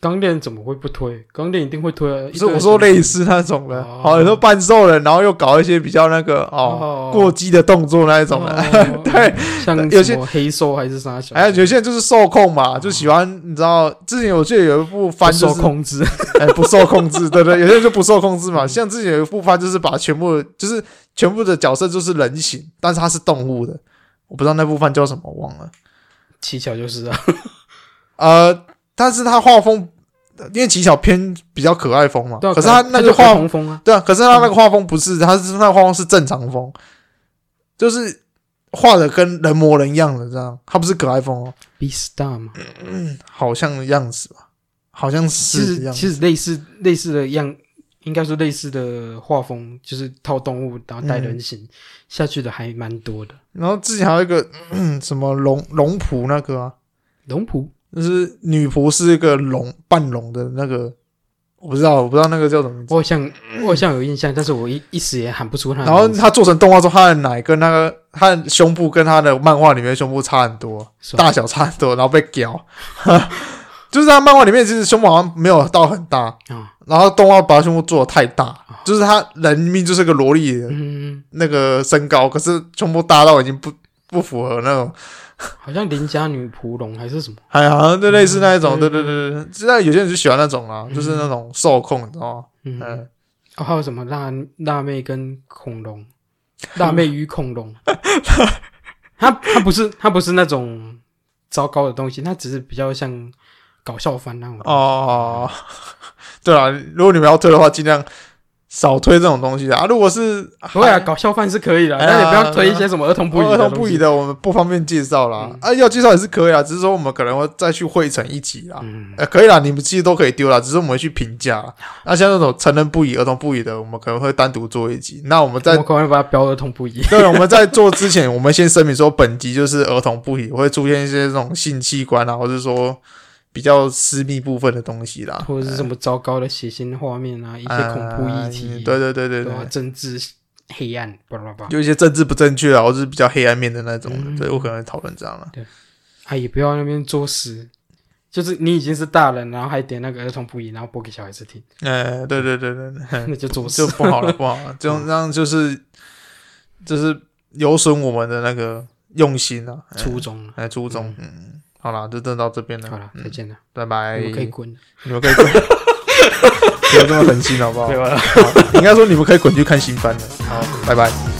[SPEAKER 3] 钢炼怎么会不推？钢炼一定会推啊！
[SPEAKER 2] 不是我说类似那种的，
[SPEAKER 3] 哦
[SPEAKER 2] 好，你说半兽人，然后又搞一些比较那个哦过激的动作那一种的，
[SPEAKER 3] 的，
[SPEAKER 2] 对，
[SPEAKER 3] 哦像
[SPEAKER 2] 有
[SPEAKER 3] 什
[SPEAKER 2] 些
[SPEAKER 3] 么黑兽还是啥小，
[SPEAKER 2] 哎，有些人就是受控嘛，
[SPEAKER 3] 哦
[SPEAKER 2] 就喜欢你知道，之前我记得有一部番
[SPEAKER 3] 不
[SPEAKER 2] 就
[SPEAKER 3] 受
[SPEAKER 2] 是
[SPEAKER 3] 控制，
[SPEAKER 2] 哎不受控制，对对，有些人就不受控制嘛，像之前有一部番就是把全部就是全部的角色就是人形，但是它是动物的，我不知道那部番叫什么，忘了，
[SPEAKER 3] 乞巧就是啊，
[SPEAKER 2] 呃，但是它画风因为奇巧偏比较可爱风嘛，
[SPEAKER 3] 对啊
[SPEAKER 2] 可是它那个
[SPEAKER 3] 就
[SPEAKER 2] 画
[SPEAKER 3] 儿童风啊，
[SPEAKER 2] 对啊，可是他那个画风不是，他是那个画风是正常风，就是画的跟人模人样的这样，他不是可爱风哦，
[SPEAKER 3] B star 嘛，
[SPEAKER 2] 好像的样子吧，好像
[SPEAKER 3] 其
[SPEAKER 2] 是这
[SPEAKER 3] 实
[SPEAKER 2] 样，
[SPEAKER 3] 其实类似类似的样，应该说类似的画风，就是套动物然后带人
[SPEAKER 2] 嗯
[SPEAKER 3] 形、下去的还蛮多的。
[SPEAKER 2] 然后之前还有一个 嗯什么龙龙仆那个啊，
[SPEAKER 3] 龙仆
[SPEAKER 2] 就是女仆是一个龙半龙的那个，我不知道我不知道那个叫什么名字。
[SPEAKER 3] 我好像我好像有印象，但是我一一时也喊不出他的
[SPEAKER 2] 然后
[SPEAKER 3] 名字
[SPEAKER 2] 他做成动画之后，他的奶跟那个他的胸部跟他的漫画里面的胸部差很多，
[SPEAKER 3] 是吧
[SPEAKER 2] 大小差很多，然后被屌。 就是他漫画里面其实胸部好像没有到很大，
[SPEAKER 3] 啊，
[SPEAKER 2] 然后动画把他胸部做的太大，就是他人命就是个萝莉的
[SPEAKER 3] 嗯，
[SPEAKER 2] 那个身高，可是胸部大到已经不不符合那种，
[SPEAKER 3] 好像邻家女仆龙还是什么，
[SPEAKER 2] 哎呀，好像就类似那一种，
[SPEAKER 3] 嗯
[SPEAKER 2] 对对对对，知道有些人就喜欢那种啊，就是那种受控，你知道吗？
[SPEAKER 3] 嗯，
[SPEAKER 2] 嗯，
[SPEAKER 3] 哦，还有什么辣辣妹跟恐龙，辣妹与恐 龙，它它不是它不是那种糟糕的东西，它只是比较像搞笑番那种。
[SPEAKER 2] 哦， 对啊，如果你们要推的话，尽量少推这种东西的啊。如果是
[SPEAKER 3] 不会啊，搞笑番是可以的，
[SPEAKER 2] 哎呀
[SPEAKER 3] 但也不要推一些什么儿童不宜、
[SPEAKER 2] 呃儿童不宜
[SPEAKER 3] 的
[SPEAKER 2] 的，我们不方便介绍啦
[SPEAKER 3] 嗯。
[SPEAKER 2] 啊，要介绍也是可以啊，只是说我们可能会再去汇成一集啦
[SPEAKER 3] 东。西。嗯，嗯
[SPEAKER 2] 呃，可以啦，你们其实都可以丢啦，只是我们会去评价啦。那像那种成人不宜、儿童不宜的，我们可能会单独做一集。那我们
[SPEAKER 3] 我
[SPEAKER 2] 在
[SPEAKER 3] 们可能会把它标儿童不宜。
[SPEAKER 2] 对我们在做之前，我们先声明说，本集就是儿童不宜，会出现一些这种性器官啊，或者说比较私密部分的东西啦，
[SPEAKER 3] 或者是什么糟糕的血腥画面啊，一些恐怖议题，
[SPEAKER 2] 呃对对对对
[SPEAKER 3] 对啊
[SPEAKER 2] 对
[SPEAKER 3] 吧，政治黑暗，巴拉巴拉，
[SPEAKER 2] 就一些政治不正确啊，或者是比较黑暗面的那种的，
[SPEAKER 3] 嗯
[SPEAKER 2] 对我可能会讨论这样了。
[SPEAKER 3] 啊，也不要那边作死，就是你已经是大人，然后还点那个儿童不宜，然后播给小孩子听，
[SPEAKER 2] 呃，对对对对对，
[SPEAKER 3] 那就作
[SPEAKER 2] 就
[SPEAKER 3] 死。
[SPEAKER 2] 不好了，不好了，这
[SPEAKER 3] 嗯
[SPEAKER 2] 样这样就是就是有损我们的那个用心啊，哎
[SPEAKER 3] 初中了，
[SPEAKER 2] 哎，初中，嗯，好啦，就真的到这边了，
[SPEAKER 3] 好了，再见了，
[SPEAKER 2] 拜嗯拜，
[SPEAKER 3] 你们可以滚了。
[SPEAKER 2] 你们可 以滚，不要这么狠心好不好？
[SPEAKER 3] 有了。
[SPEAKER 2] 好应该说你们可以滚去看新番了，好，拜拜。